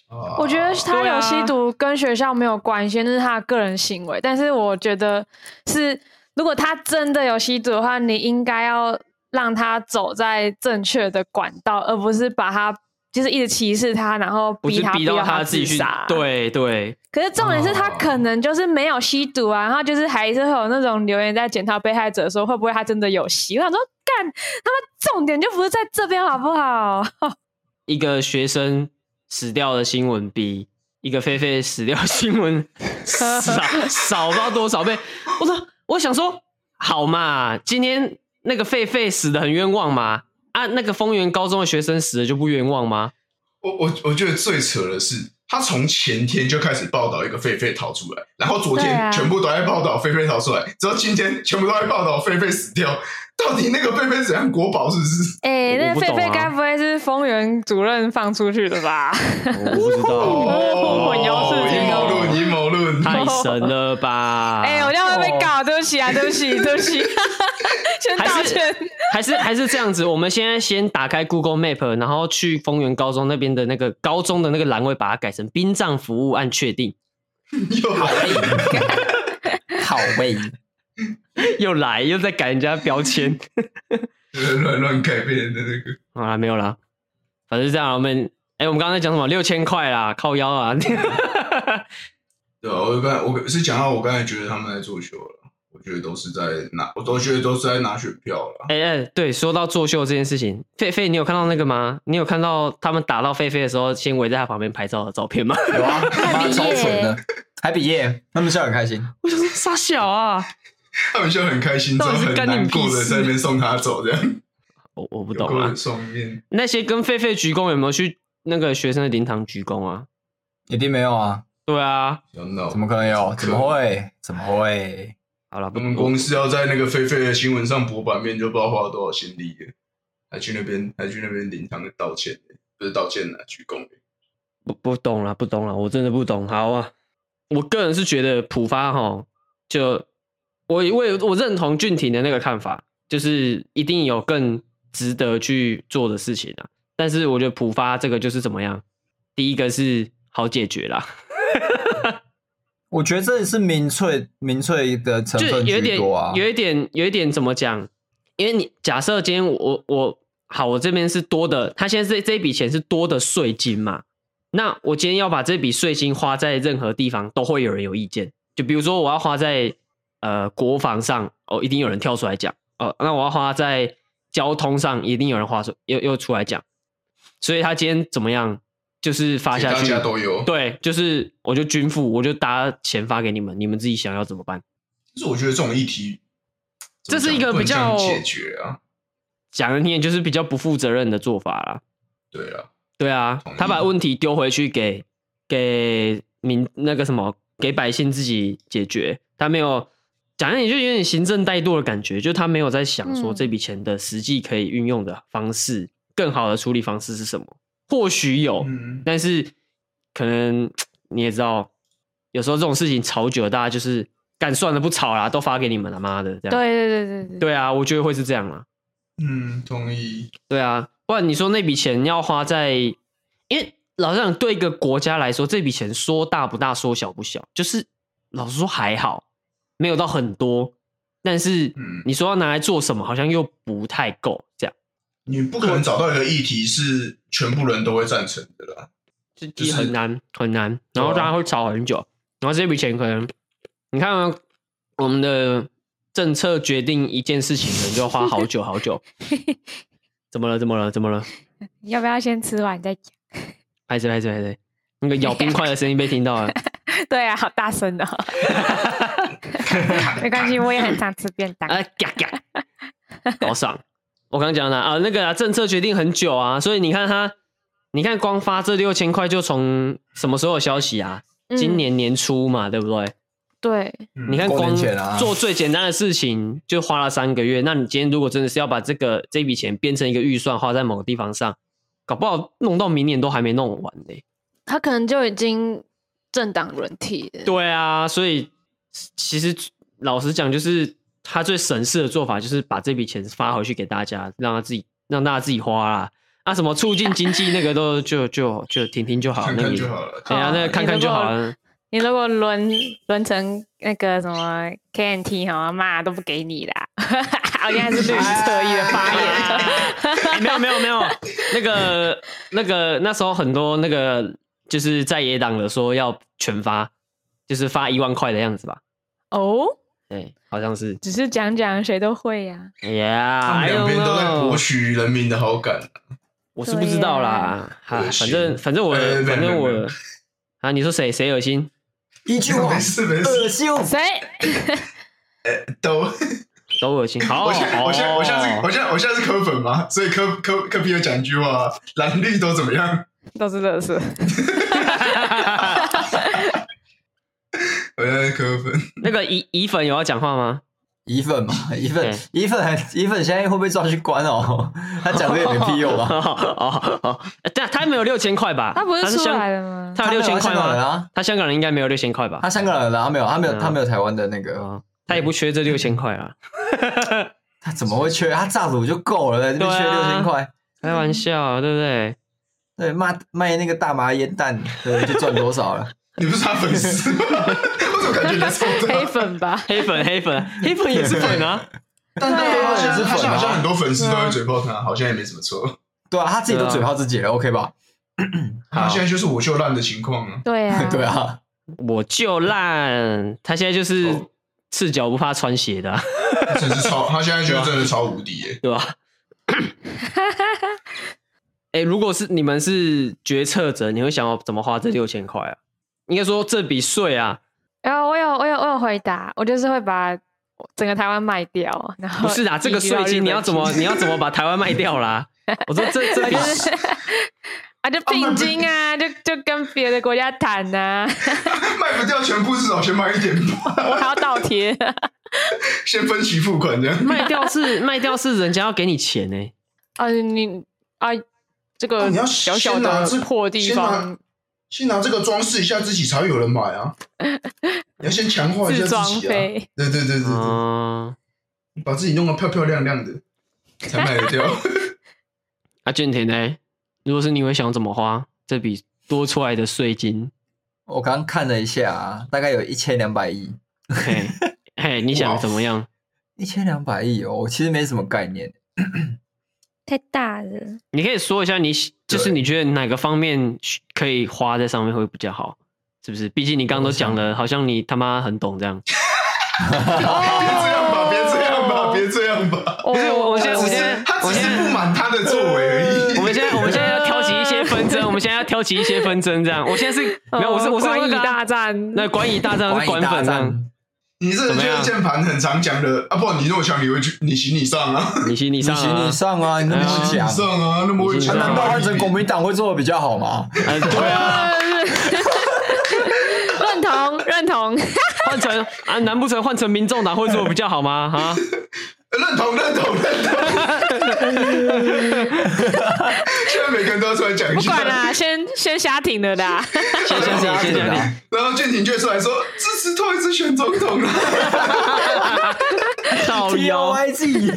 啊，我觉得他对啊有吸毒跟学校没有关系，那是他的个人行为。但是我觉得是，如果他真的有吸毒的话，你应该要让他走在正确的管道，而不是把他就是一直歧视他，然后不是逼他逼到到他自己去杀。。对对，可是重点是他哦可能就是没有吸毒啊，然后就是还是会有那种留言在检讨被害者说会不会他真的有吸。我想说，干他们重点就不是在这边好不好？一个学生死掉的新闻比一个菲菲死掉的新闻 少少不知道多少倍。我说，我想说，好嘛，今天那个狒狒死的很冤枉嘛，啊，那个丰原高中的学生死的就不冤枉吗？我我我觉得最扯的是，他从前天就开始报道一个狒狒逃出来，然后昨对啊天全部都在报道狒狒逃出来，之后今天全部都在报道狒狒死掉，到底那个狒狒怎样国宝是不是？哎、我那我不狒懂狒啊该不会是丰原主任放出去的吧？我不知道， 哦混淆视听阴谋哦论，阴谋论， 太神了吧？ 哎、我这样会被哦告，对不起啊，对不起，对不 起，先道还是歉。还是还是这样子，我们现在先打开 Google Map，然后去丰原高中那边的那个高中的那个栏位，把它改成殡葬服务按确定。 又来了。好味，又来又在改人家标签，乱乱改变人的那个，好啦，没有啦，反正是这样啊。我们哎、我们刚刚在讲什么？六千块啦，靠腰啊！ 对啊，我刚才我是讲到我刚才觉得他们在作秀了，我觉得都是在拿，我都觉得都是在拿选票了。哎哎，对，说到作秀这件事情，狒狒，你有看到那个吗？你有看到他们打到狒狒的时候，先围在他旁边拍照的照片吗？ 有啊，妈毕超业蠢的，还毕业，他们笑得很开心。我 想说傻小啊，他们就很开心，之到后底是很干你难屁过的事在那边送他走，这样我我不不懂啊很。送面。那些跟狒狒鞠躬有没有去那个学生的灵堂鞠躬啊？一定没有啊？对啊，要闹怎么可能有？怎么会？怎么会？好了，不他嗯们我公司要在那个狒狒的新闻上博版面，就不知道花了多少心力了，还去那边还去那边领堂道歉，不是道歉啊，鞠躬。不不懂了，不懂了，我真的不懂。好啊，我个人是觉得浦发哈，就我我也我认同俊廷的那个看法，就是一定有更值得去做的事情啊。但是我觉得浦发这个就是怎么样，第一个是好解决啦，我觉得这是民粹民粹的成就分有一居点多啊。有一点有一点怎么讲？因为你假设今天我我好，我这边是多的，他现在这这一笔钱是多的税金嘛？那我今天要把这笔税金花在任何地方，都会有人有意见。就比如说，我要花在呃国防上，哦，一定有人跳出来讲哦。那我要花在交通上，一定有人 花出又又出来讲。所以他今天怎么样，就是发下大去，家都有。对，就是我就均富，我就搭钱发给你们，你们自己想要怎么办。就是我觉得这种议题，这是一个怎么比较讲不能这样解决啊，讲了你也就是比较不负责任的做法啦。对啊，对啊同意，他把问题丢回去给给民那个什么，给百姓自己解决，他没有讲你就有点行政怠惰的感觉，就他没有在想说嗯这笔钱的实际可以运用的方式，更好的处理方式是什么？或许有，嗯，但是可能你也知道，有时候这种事情吵久了，大家就是干算了，不吵啦，都发给你们了，妈的，这对样。对对对对，对啊，我觉得会是这样啦。嗯，同意。对啊，不然你说那笔钱要花在，因为老实讲，对一个国家来说，这笔钱说大不大，说小不小，就是老实说还好，没有到很多，但是嗯你说要拿来做什么，好像又不太够，这样你不可能找到一个议题是全部人都会赞成的啦。就就是啊也很难很难，然后大家会吵很久，然后这笔钱可能，你看啊、我们的政策决定一件事情，可能就要花好久好 久。怎么了？怎么了？怎么了？要不要先吃完再讲？拍谁？拍谁？拍谁？那个咬冰块的声音被听到了。 对啊，好大声的、 哦，没关系，我也很常吃便当。啊，嘎嘎，好爽！我刚刚讲了啊，那个啊，政策决定很久啊，所以你看他，你看光发这六千块就从什么时候有消息啊？嗯今年年初嘛，对不对？ 对，你看嗯过年光前啊做最简单的事情就花了三个月，那你今天如果真的是要把这个这笔钱变成一个预算花在某个地方上，搞不好弄到明年都还没弄完呢、他可能就已经政党轮替了。对啊，所以其实老实讲，就是他最省事的做法，就是把这笔钱发回去给大家，让他自己让大家自己花啦。啊，什么促进经济那个都就就就听听就好，嗯看那个也看就好了。对啊，那个看看就好了。你如果轮轮成那个什么 KNT 哈，妈都不给你啦！ 我现在是绿色侧翼的发言。哎没有没有没有，那个那个那时候很多那个就是在野党的说要全发，就是发一万块的样子吧。 哦，对，好像是。只是讲讲，谁都会呀、他 Yeah，们两边都在 I don't know 博取人民的好感，我是不知道啦，哈、恶心反正反正我、呃没有反没正有没我有啊，你说谁谁恶心？一句话 没，事没恶事，心。谁？呃都。都恶心。好，我现我现我现在是哦我现在我现在是科粉嘛，所以科科科比有讲一句话啊，蓝绿都怎么样？都是乐色。哦 我现在是科粉，那个乙乙粉有要讲话吗？一份嘛，一份对一份还一份，现在会不会抓去关 哦？他讲这也没屁用哦啊。哦哦哦，但 他没有六千块吧？他不是是出香来了 吗？他有六千块他没有他香港人吗啊？他香港人应该没有六千块吧他？香港人啊，他没有，他没有，对啊他没有台湾的那个，哦他也不缺这六千块啊，嗯他怎么会缺？他炸卤就够了，这边对啊缺六千块，开玩笑，啊对不对？？对，卖卖那个大麻烟弹，对，就赚多少了？你不是他粉丝吗？ 我怎么感觉你在抽 他？黑粉吧黑粉，黑粉，黑粉也是粉 啊，但他对啊好啊像也是粉啊他好像很多粉丝都会嘴炮他，好像也没什么错。对啊，他自己都对啊嘴炮自己了，OK 吧？他现在就是我就烂的情况啊。对啊， 对啊，我就烂。他现在哦就是赤脚不怕穿鞋的啊、他真是超，他现在就是真的超无敌耶！对吧？ 哎、如果是你们是决策者，你会想要怎么花这六千块啊？应该说这笔税啊，然后我有我有我有回答，我就是会把整个台湾卖掉，然后不是啊，这个移居到税金日你本要怎 么去你要怎么把台湾卖掉 啦？我说这这笔啊就是啊，哦就聘金啊，就就跟别的国家谈 呐、卖不掉全部，至少先卖一点吧，我还要倒 贴。先分期付款这样。 卖掉是卖掉是人家要给你钱呢、啊，你啊，啊这个你要小小先拿的这破地先方拿，先拿这个装饰一下自己，才会有人买 啊！你要先强化一下自装自己啊！费对对对对对，嗯，把自己弄得漂漂亮亮的，才卖 得掉。啊，俊廷呢？如果是你会想怎么花这笔多出来的税金？我刚刚看了一下啊，大概有一千两百亿， 嘿，嘿，你想怎么样？一千两百亿哦，我其实没什么概念。太大了。你可以说一下你喜，就是你觉得哪个方面需可以花在上面会比较好，是不是？毕竟你刚刚都讲了，好像你他妈很懂这样。别这样吧，哦别这样吧，别这样吧！不是我我现在他我只现是在他我只现是在不满他的作为而已。我们现在我们现在要挑起一些纷 争，我们现在要挑起一些纷争这样。我现在是没有，我是我是哦关那于个嗯大啊战，那关于大战是管粉这啊样，，你这个怎就么是样键盘很常讲的啊！不，你那么强，你会去你行你上啊，你行你你上行你啊，上啊，你那你么行讲你，上啊，那么会你行强你上难啊道换成国民党会做的比较好吗？ 呃对啊， 认同 认同，换成啊，难不成换成民众党会做得比较好吗？ 啊，认同认同认同。 现在每个人都要出来讲一不下管，啦，先先瞎挺了啦。谢谢你，谢谢你。然后俊廷就出来说支持托一次选总统 了。造 T 谣，O Y G，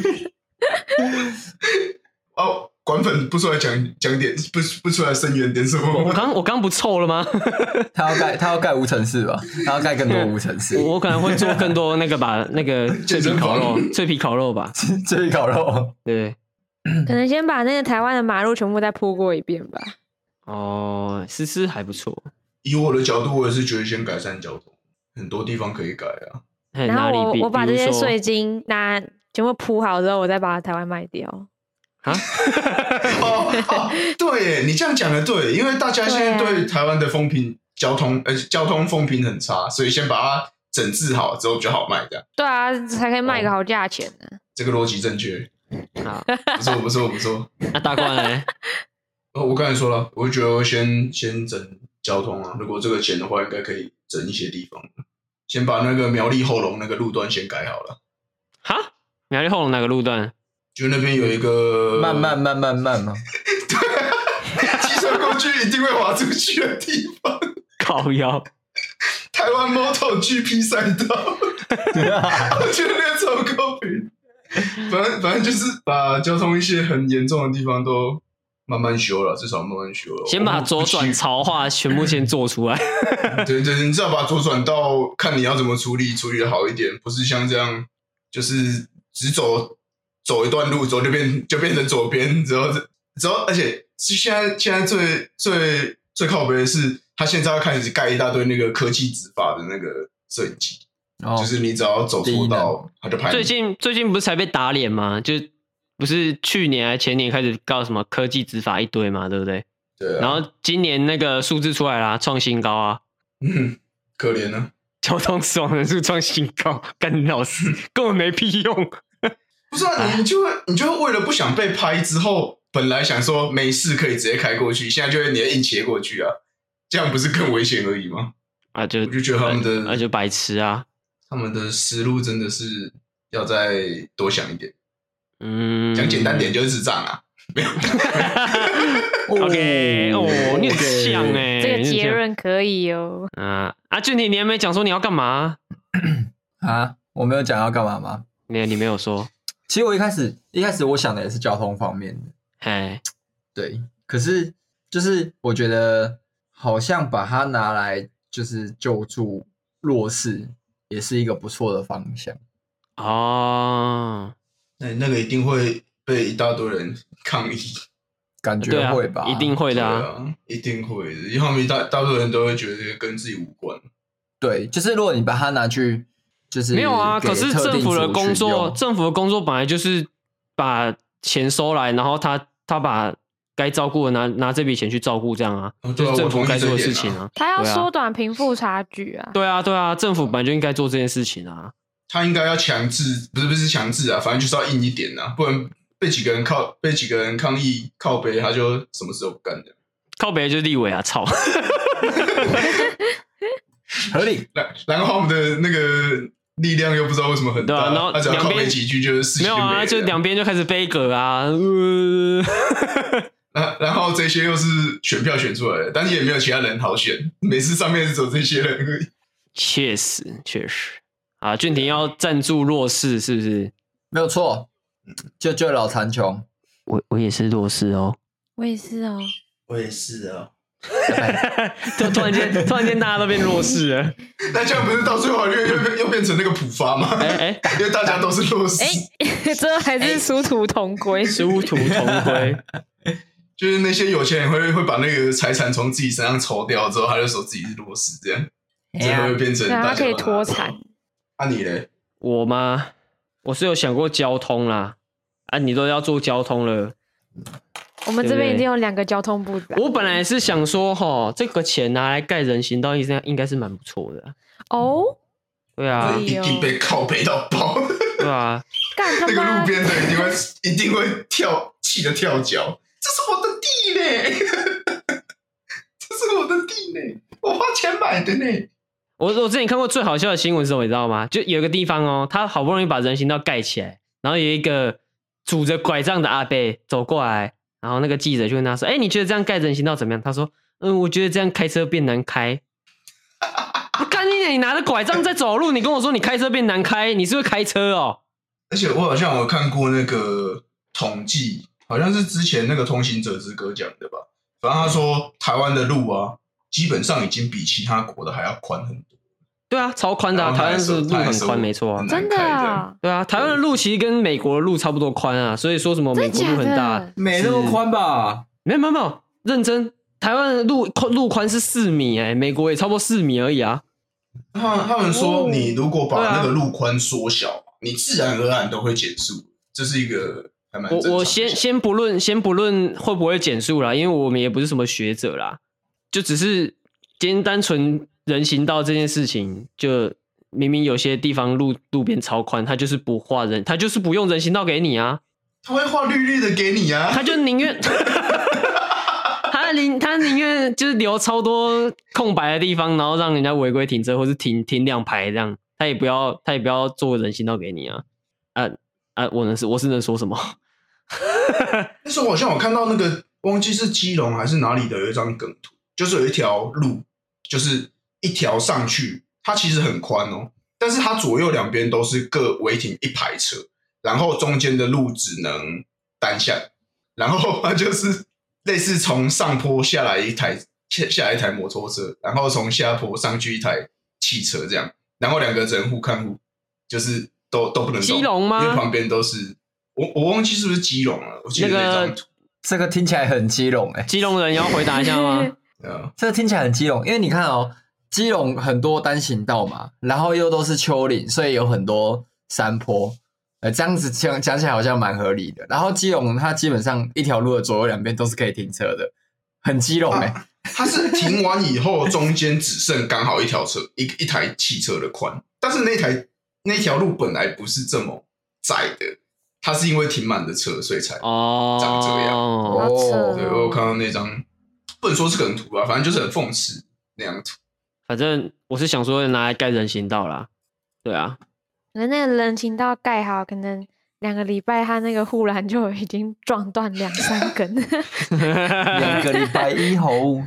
哦，管粉不出来讲讲点，不不出来声援点什么我吗？刚我刚不臭了吗？他要盖他要盖无尘室吧？他要盖更多无尘 室我，我可能会做更多那个吧，那个脆皮烤肉，脆皮烤肉吧，这里烤肉。对。嗯可能先把那个台湾的马路全部再铺过一遍吧。哦，思思还不错。以我的角度，我也是觉得先改善交通，很多地方可以改啊。嘿然哎哪后里我比我把比这如些说税金拿全部铺好之后，我再把台湾卖掉。啊， 哦哦，对耶，你这样讲的对，因为大家现在对啊对台湾的风评、交通呃交通风评很差，所以先把它整治好之后就好卖，这样对啊，才可以卖个好价钱呢、这个逻辑正确。好，不错不错不错。那大官嘞？呃，我刚才说了，我就觉得先先整交通啊，如果这个钱的话，应该可以整一些地方，先把那个苗栗后龙那个路段先改好了，哈，苗栗后龙哪个路 段？就那边有一个慢 慢慢慢慢嘛，骑车过去一定会滑出去的地方，靠腰，台湾 MotoGP 赛道，我觉得那个超高频。反正反正就是把交通一些很严重的地方都慢慢修了，至少慢慢修了。先把左转潮化全部先做出 来。对对，对你至少把左转道看你要怎么处理，处理的好一点，不是像这样，就是只走走一段路，走就变就变成左边，只要只要，而且是现在现在最最最靠北的是，他现在要开始盖一大堆那个科技执法的那个摄影机，哦就是你只要走错道，他就拍你。最近最近不是才被打脸吗？就不是去年还前年开始告什么科技执法一堆嘛，对不对？对、啊，然后今年那个数字出来啦，创新高啊，嗯，可怜呢、交通死亡人数创新高，干你老师根本没屁用。不是哎啊，你就会你就会为了不想被拍之后，本来想说没事可以直接开过去，现在就会你要硬切过去啊，这样不是更危险而已吗？啊，就我就觉得他们的啊就白痴啊，他们的思路真的是要再多想一点，嗯，讲简单点就是智障啊，没有。 OK，哦，你很像对哎、这个你很结像论可以哦。啊啊！俊廷，你还没讲说你要干嘛、啊，我没有讲要干嘛吗？没有，你没有说。其实我一开始一开始我想的也是交通方面的，哎，对。可是就是我觉得好像把它拿来就是救助弱势，也是一个不错的方向。哦，那那个一定会被一大堆人抗议，感对觉啊会吧，，一定会对的啊。啊，一定会的，因为他们一大大多人都会觉得跟自己无关。对，就是如果你把它拿去，就是没有啊，给可是特政定府的族群工作，用政府的工作本来就是把钱收来，然后他他把该照顾的拿拿这笔钱去照顾，这样啊哦，就对啊是政我同府意该做的这一事点情啊啊。他要对啊缩短贫富差距啊，对啊，对啊，政府本来就应该做这件事情啊。他应该要强制，不是不是强制啊，反正就是要硬一点啊，不然被几个人靠被几个人抗议靠背，他就什么事都不干的。靠北就是立委啊，操！合理。然然后我们的那个力量又不知道为什么很对大，啊然后他只要两靠背边几句，就是事没情有没啊，了就两边就开始背梗啊。呃，然然后这些又是选票选出来的，但是也没有其他人好选，每次上面只有这些人而已。确实，确实啊，俊廷要赞助弱势是不是？没有错，救救老残穷，我我也是弱势哦。我也是哦。我也是哦。 突突然间，突然间大家都变弱势了。那这样不是到最后又又又变成那个普发吗？哎哎， 因为大家都是弱势，哎， 这还是殊途同 归。殊途同 归。就是那些有钱人会会把那个财产从自己身上抽掉之后，他就说自己是弱势，这样哎最后又变成对啊，大他家可以都拿脱走产。。那、啊你嘞？我吗？我是有想过交通啦。啊，你都要做交通了。我们这边已经有两个交通部长我本来是想说，哈，这个钱拿来盖人行道，应该应该是蛮不错的啊。哦，对啊哎，一呦定被靠背到爆，对啊，干他那个妈路！边的一定会一定会跳气得跳脚，这是我的地嘞， 这是我的地嘞，我花钱买的嘞。我我之前看过最好笑的新闻是什么，你知道吗？就有一个地方哦，他好不容易把人行道盖起来，然后有一个拄着拐杖的阿伯走过来，然后那个记者就问他说：“哎、你觉得这样盖人行道怎么样？”他说：“嗯，我觉得这样开车变难开。”我干你娘！你拿着拐杖在走路，你跟我说你开车变难开，你是会开车哦？而且我好像有看过那个统计，好像是之前那个通行者之歌讲的吧。反正他说台湾的路啊，基本上已经比其他国的还要宽很多。对啊，超宽的、啊，然后台他还湾说是路他还很说宽，没错啊很。难真的开这啊样，对啊，台湾的路其实跟美国的路差不多宽啊，所以说什么美真国路假很大，的？没那么宽吧？没有没有没有，认真，台湾的路宽路宽是四米哎、美国也差不多四米而已啊。他们他们哦说，你如果把对啊那个路宽缩小，你自然而然都会减速，这是一个还蛮正常我的我先先不论先不论会不会减速啦，因为我们也不是什么学者啦，就只是今天单纯人行道这件事情，就明明有些地方路路边超宽，他就是不画人，他就是不用人行道给你啊，他会画绿绿的给你啊他。就宁 愿。他宁他宁愿就是留超多空白的地方，然后让人家违规停车，或是停停两排这样，他也不要他也不要做人行道给你啊啊啊！我能是我是能说什么？ 那时候好像我看到那个忘记是基隆还是哪里的有一张梗图，就是有一条路，就是一条上去，它其实很宽哦，但是它左右两边都是各违停一排车，然后中间的路只能单向，然后 它就是类似从上坡下来一台下下来一台摩托车，然后从下坡上去一台汽车这样，然后两个人互看互，就是都都不能动基隆吗因为旁边都是我我忘记是不是基隆了，我记得那个那张图。这个听起来很基隆哎、基隆人要回答一下 吗？呃，这个听起来很基隆，因为你看哦，基隆很多单行道嘛，然后又都是丘陵，所以有很多山坡。呃，这样子讲讲起来好像蛮合理的。然后基隆它基本上一条路的左右两边都是可以停车的，很基隆哎、它是停完以后，中间只剩刚好一条车，一一台汽车的宽。但是那台那条路本来不是这么窄的，它是因为停满了车，所以才。哦，长这样好扯哦对，我有看到那张，不能说是梗图啊，反正就是很讽刺那样图。反正我是想说拿来盖人行道啦。对啊，可能那个人行道盖好，可能两个礼拜，它那个护栏就已经撞断两三 根。两个礼拜一猴，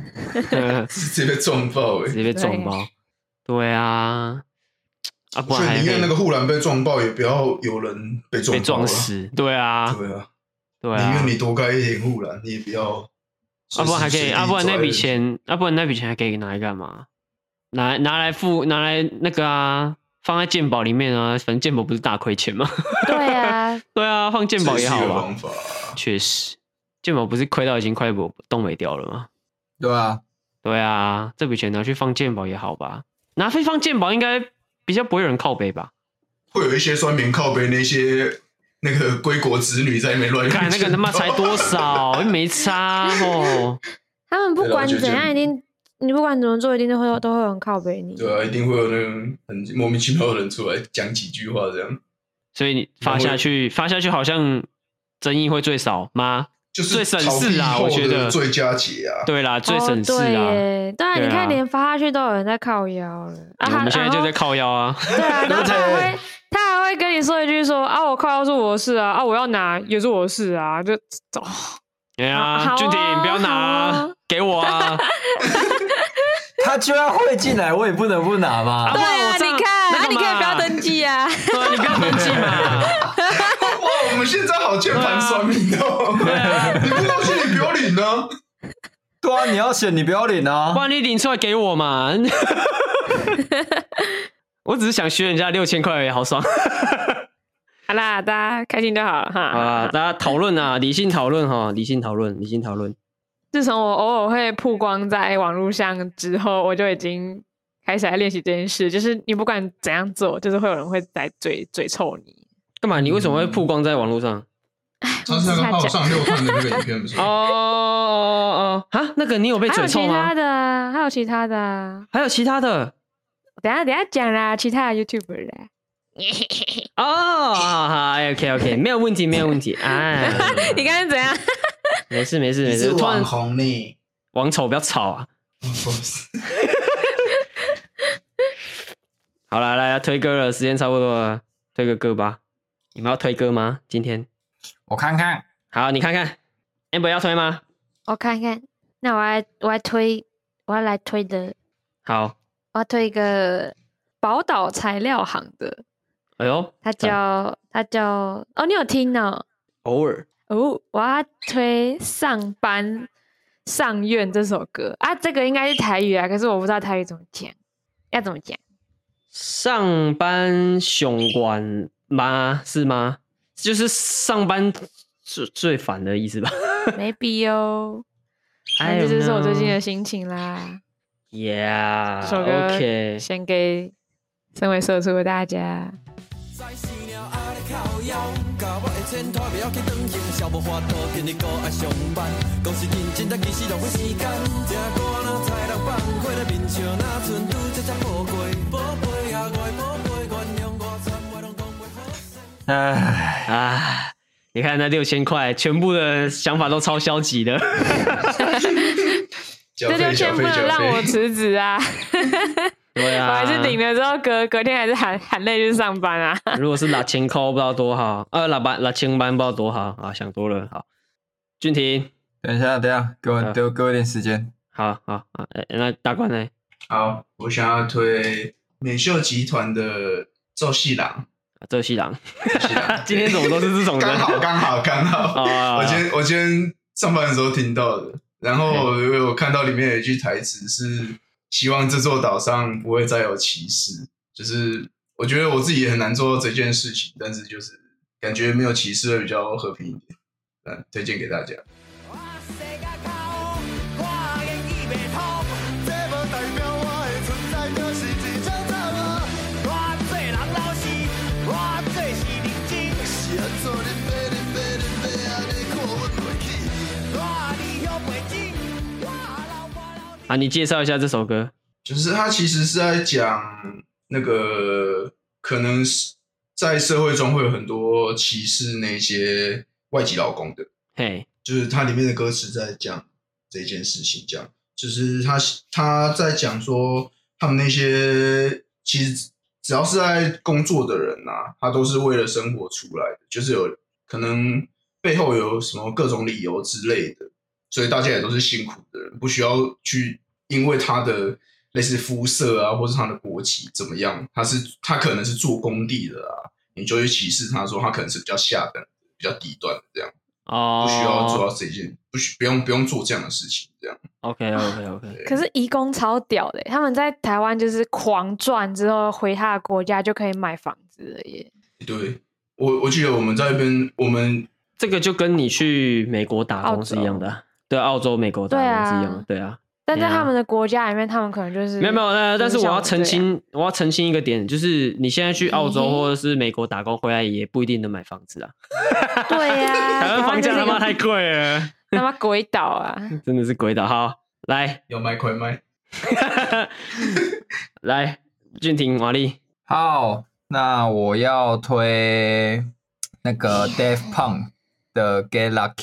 直接被撞爆 哎、直接被撞包。对啊，啊，不所然还以宁可以愿那个护栏被撞爆，也不要有人被撞被爆撞啊。死。对啊，对啊，对宁啊愿。你多盖一点护栏，你也不要。啊，不然还可以，啊，不然那笔钱。钱，啊，不然那笔钱还可以拿来干嘛？拿拿来付，拿来那个啊，放在鉴宝里面啊，反正鉴宝不是大亏钱吗？ 对啊，对啊，放鉴宝也好这是一个吧方。法啊确实，鉴宝不是亏到已经快不动没掉了吗？ 对啊，对啊，这笔钱拿去放鉴宝也好吧，拿去放鉴宝应该比较不会有人靠背吧？会有一些酸民靠背那些那个归国子女在那边乱用看那个他妈钱才多少，又没差哦。他们不对啦管我觉得怎这样，一定你不管怎么做，一定都会有都会有人靠背 你。对啊，一定会有那种很莫名其妙的人出来讲几句话，这样所以你发下去，发下去好像争议会最少吗？就是最省逃避事啊后我觉的得最佳解啊。对啦，最省事哦、对啊。耶，对啊，对啊你看连发下去都有人在靠腰了。啊，我们现在就在然后靠腰 啊，对啊， 然后他对还会他还会跟你说一句说啊，我靠腰是我的事啊，啊我要拿也是我的事啊，就走。哎呀，好啊俊廷不要拿好啊啊，给我啊！他居然会进来，我也不能不拿嘛啊。不然我这样那个嘛记 啊。对啊，你不要登记嘛。 哇，我们现在好键盘酸民哦！啊你不道歉，你不要领啊呢？对啊，你要选你不要领啊不。然你领出来给我 嘛。我只是想学人家六千块而已，好爽 好啦，大家开心就好了哈。啊！大家讨论啊，理性讨论哈，理性讨论，理性讨论。自从我偶尔会曝光在网络上之后，我就已经开始来练习这件事。就是你不管怎样做，就是会有人会来嘴嘴臭你。干嘛？你为什么会曝光在网络上？上次那个我号只是在讲上六段的那个影片不是哦？哦哦 哈，那个你有被还嘴有臭其他吗？的啊，还有其他的啊，还有其他的等一下等一下讲啦，其他的 YouTuber 啦。 哦，好好，OK OK，没有问题，没有问题。哎，你刚刚怎样？没事没事没你事。是突然网红 呢？网丑不要吵啊！不是好啦，来来啊推歌了，时间差不多了，推个歌吧。你们要推歌吗？今天我看看，好，你看看，amber 要推吗？我看看，那我要我要推，我要来推的，好，我要推一个宝岛材料行的，哎呦，它叫它叫哦，你有听哦？偶尔哦，我要推《上班上院》这首歌啊，这个应该是台语啊，可是我不知道台语怎么讲，要怎么讲？上班熊管吗？是吗？就是上班最最烦的意 思吧？没必哦。那这就是我最近的心情啦，这首歌 Yeah，OK，献给身为社畜的大家。在死了后咧靠腰，甲我的前拖袂晓去转型，少无法度今日搁爱上班，讲是认真，但其实浪费时间。这歌哪才人放过咧面笑，哪剩拄则才宝贵，宝贝啊，我的宝贝，原谅我全我拢讲袂好势。唉。啊！你看那六千块，全部的想法都超消极 的。缴这费六千缴不费能缴让我费，辞职啊！对我啊，还是领了之后隔隔天还是喊喊累去上班啊。 如果是拿千块，不知道多好；呃，拿班拿千班不知道多好啊，想多了。好，俊廷，等一下，等一下，给我嗯给我给我一点时间。好好啊，哎那大官呢？好，我想要推美秀集团的赵细郎，周西郎，赵细郎 今天怎么都是这种人？刚好刚好刚好。啊我今天我今天上班的时候听到的，然后我有看到里面有一句台词是希望这座岛上不会再有歧视，就是我觉得我自己也很难做到这件事情，但是就是感觉没有歧视会比较和平一点，嗯，推荐给大家。我世界到，我言语袂通，这无代表我的存在就是一种寂寞。我做人老实，我做事认真，是安怎恁要恁要恁要安尼看阮袂起？我理想袂真，我老我老你。啊，你介绍一下这首歌。就是他其实是在讲那个可能是在社会中会有很多歧视那些外籍劳工的，嘿，就是它里面的歌词在讲这件事情，这样就是他他在讲说他们那些其实只要是在工作的人啊，他都是为了生活出来的，就是有可能背后有什么各种理由之类的，所以大家也都是辛苦的人，不需要去因为他的类似肤色啊，或是他的国籍怎么样，他是他可能是做工地的啊，你就会歧视他说他可能是比较下等、比较低端的这样，哦，不需要做到这件，不需不用不用做这样的事情这样。 OK OK OK， 可是移工超屌的欸，他们在台湾就是狂赚之后回他的国家就可以买房子了耶。对，我我记得我们在那边，我们这个就跟你去美国打工是一样的啊，对，澳洲、美国打工是一样的，对啊。但在对啊他们的国家里面，他们可能就是没有没有，呃，但是我要澄 就是像我们清，我要澄清一个点，就是你现在去澳嘿洲嘿或者是美国打工回来，也不一定能买房子啊。这样，对呀，台湾房价就是他一个妈太贵了，他妈鬼岛 啊！真的是鬼岛。好， 来要卖快卖。来，俊廷、玛丽，好，那我要推那个 Dave Punk 的《Get Lucky》。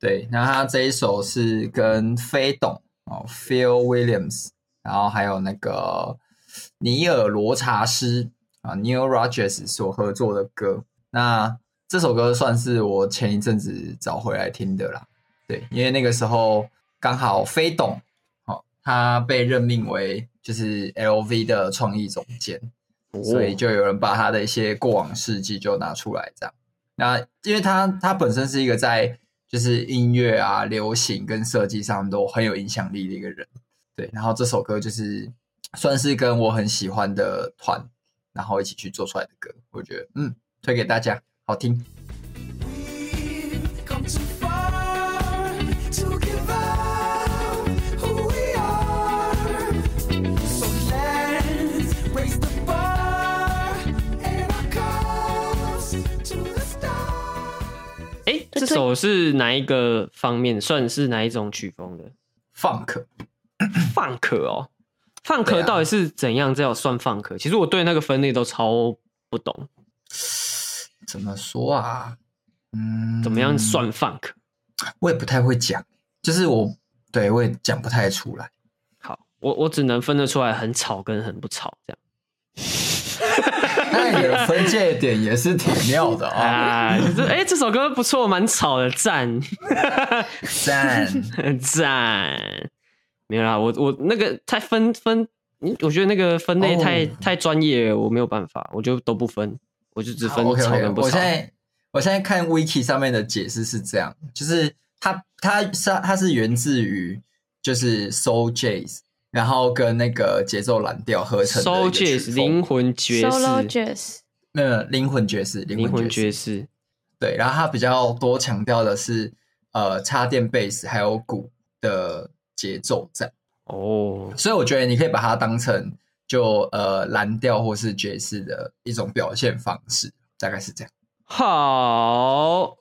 对，那他这一首是跟飞董哦 Phil Williams，然后还有那个尼尔罗查斯啊 Neil Rogers 所合作的歌。那这首歌算是我前一阵子找回来听的啦。对，因为那个时候刚好飞董哦，他被任命为就是 LV 的创意总监。哦所以就有人把他的一些过往事迹就拿出来这样。那因为他他本身是一个在就是音乐啊、流行跟设计上都很有影响力的一个人，对。然后这首歌就是算是跟我很喜欢的团，然后一起去做出来的歌，我觉得嗯，推给大家，好听。 We've come too far to give up who we are. So let's raise the bar and our cause to the stars. 哎，这首是哪一个方面？算是哪一种曲风的 Funk， ？Funk 哦对，Funk 啊到底是怎样叫算 Funk？其实我对那个分类都超不懂，怎么说啊？嗯，怎么样？算 Funk？我也不太会讲，就是我对我也讲不太出来。好，我我只能分得出来很吵跟很不吵这样。那你的分界点也是挺妙的 啊、啊，这哎、这首歌不错，蛮吵的，赞赞。赞。没有啦，我我那个太分分，嗯我觉得那个分类哦太、太专业了，我没有办法，我就都不分，我就只分 o k 吵 o k 跟不我吵现。在我现在看 Wiki 上面的解释是这样，就是它它是它是源自于就是 Soul Jazz，然后跟那个节奏蓝调合成的 Soul 一个曲 Jazz 风灵魂爵 Solo 士， Jazz，没有没有灵魂爵士，灵灵魂魂爵爵士。士，对，然后它比较多强调的是呃插电贝斯还有鼓的节奏在，哦，所以我觉得你可以把它当成就呃蓝调或是爵士的一种表现方式，大概是这样。好，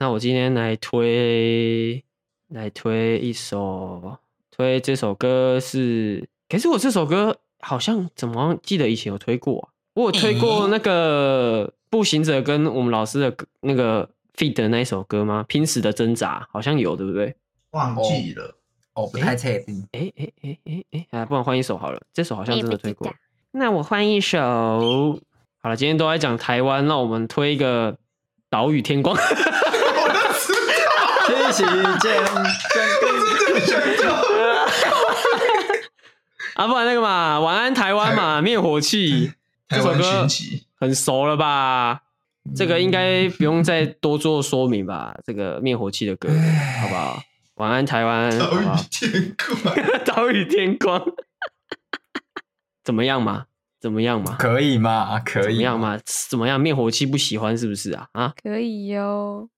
那我今天来推来推一首，推这首歌是，可是我这首歌好像怎么忘记得以前有推过啊、我有推过那个步行者跟我们老师的歌那个 feed 的那一首歌吗？拼死的挣扎好像有，对不对？忘记了，哦，不太确定。哎哎哎哎哎，啊，不然换一首好了，这首好像真的推我也过不。那我换一首，好了，今天都在讲台湾，那我们推一个岛屿天 光。天喜见，啊，不然那个嘛，晚安台湾嘛，灭火器这台首湾嗯歌群集，很熟了吧？这个应该不用再多做说明吧？这个灭火器的歌，好不好？晚安台湾，好岛不屿好？天光， 岛屿天光，怎么样嘛？怎么样嘛？可以吗？可怎么以样？嘛？怎么样？灭火器不喜欢是不是啊？啊？可以哟。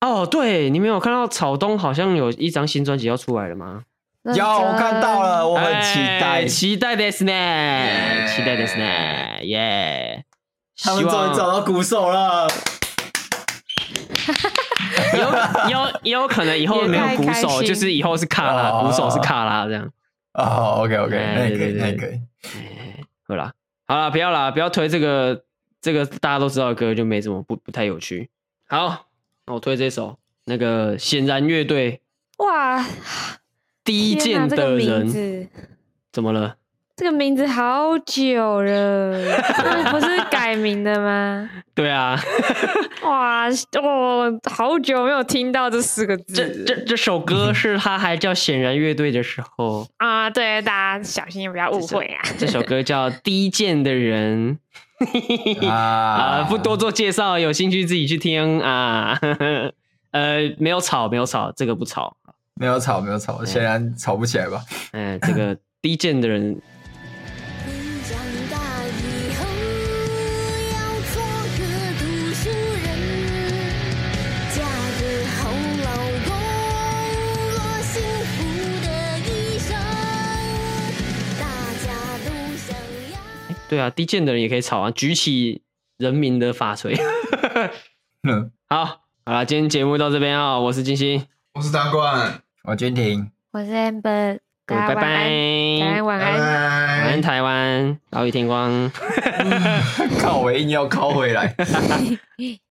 哦，对，你们有看到草东好像有一张新专辑要出来了吗？认有，我看到了，真，我哦很期待哎。期待ですね， Yeah 期待ですね，耶！他们终于找到鼓手了，有有也有可能以后没有鼓也太开手，心就是以后是卡拉，哦鼓手是卡拉这样。哦，OK OK，哎那也可对以，对那也对可以。好啦，好啦，不要啦，不要推这个这个大家都知道的歌，就没什么不不太有趣。好，那我推这首那个显然乐队哇，第一天见哪这个的名人字怎么了？这个名字好久了， 那不是改名的吗？对啊，哇，哦，好久没有听到这四个字 这了这这首歌是他还叫显然乐队的时候，啊！对，大家小心不要误会啊！这首歌叫《低贱的人》 啊、啊不多做介绍，有兴趣自己去听啊。 呃，没有吵，没有吵，这个不吵。没有吵，没有吵，显然吵不起来吧？哎、这 个低贱的人你长大以后要做个读书人，嫁个好老公，过幸福的一生。大家都想要。对啊，低贱的人也可以吵啊，举起人民的法锤。 嗯，好，好了，今天节目到这边啊、我是金星，我是大冠，我君婷，我是 Amber，各位拜大家拜，晚安，晚安，晚拜安。晚安拜。台湾，岛屿天光。靠，我硬要靠回来。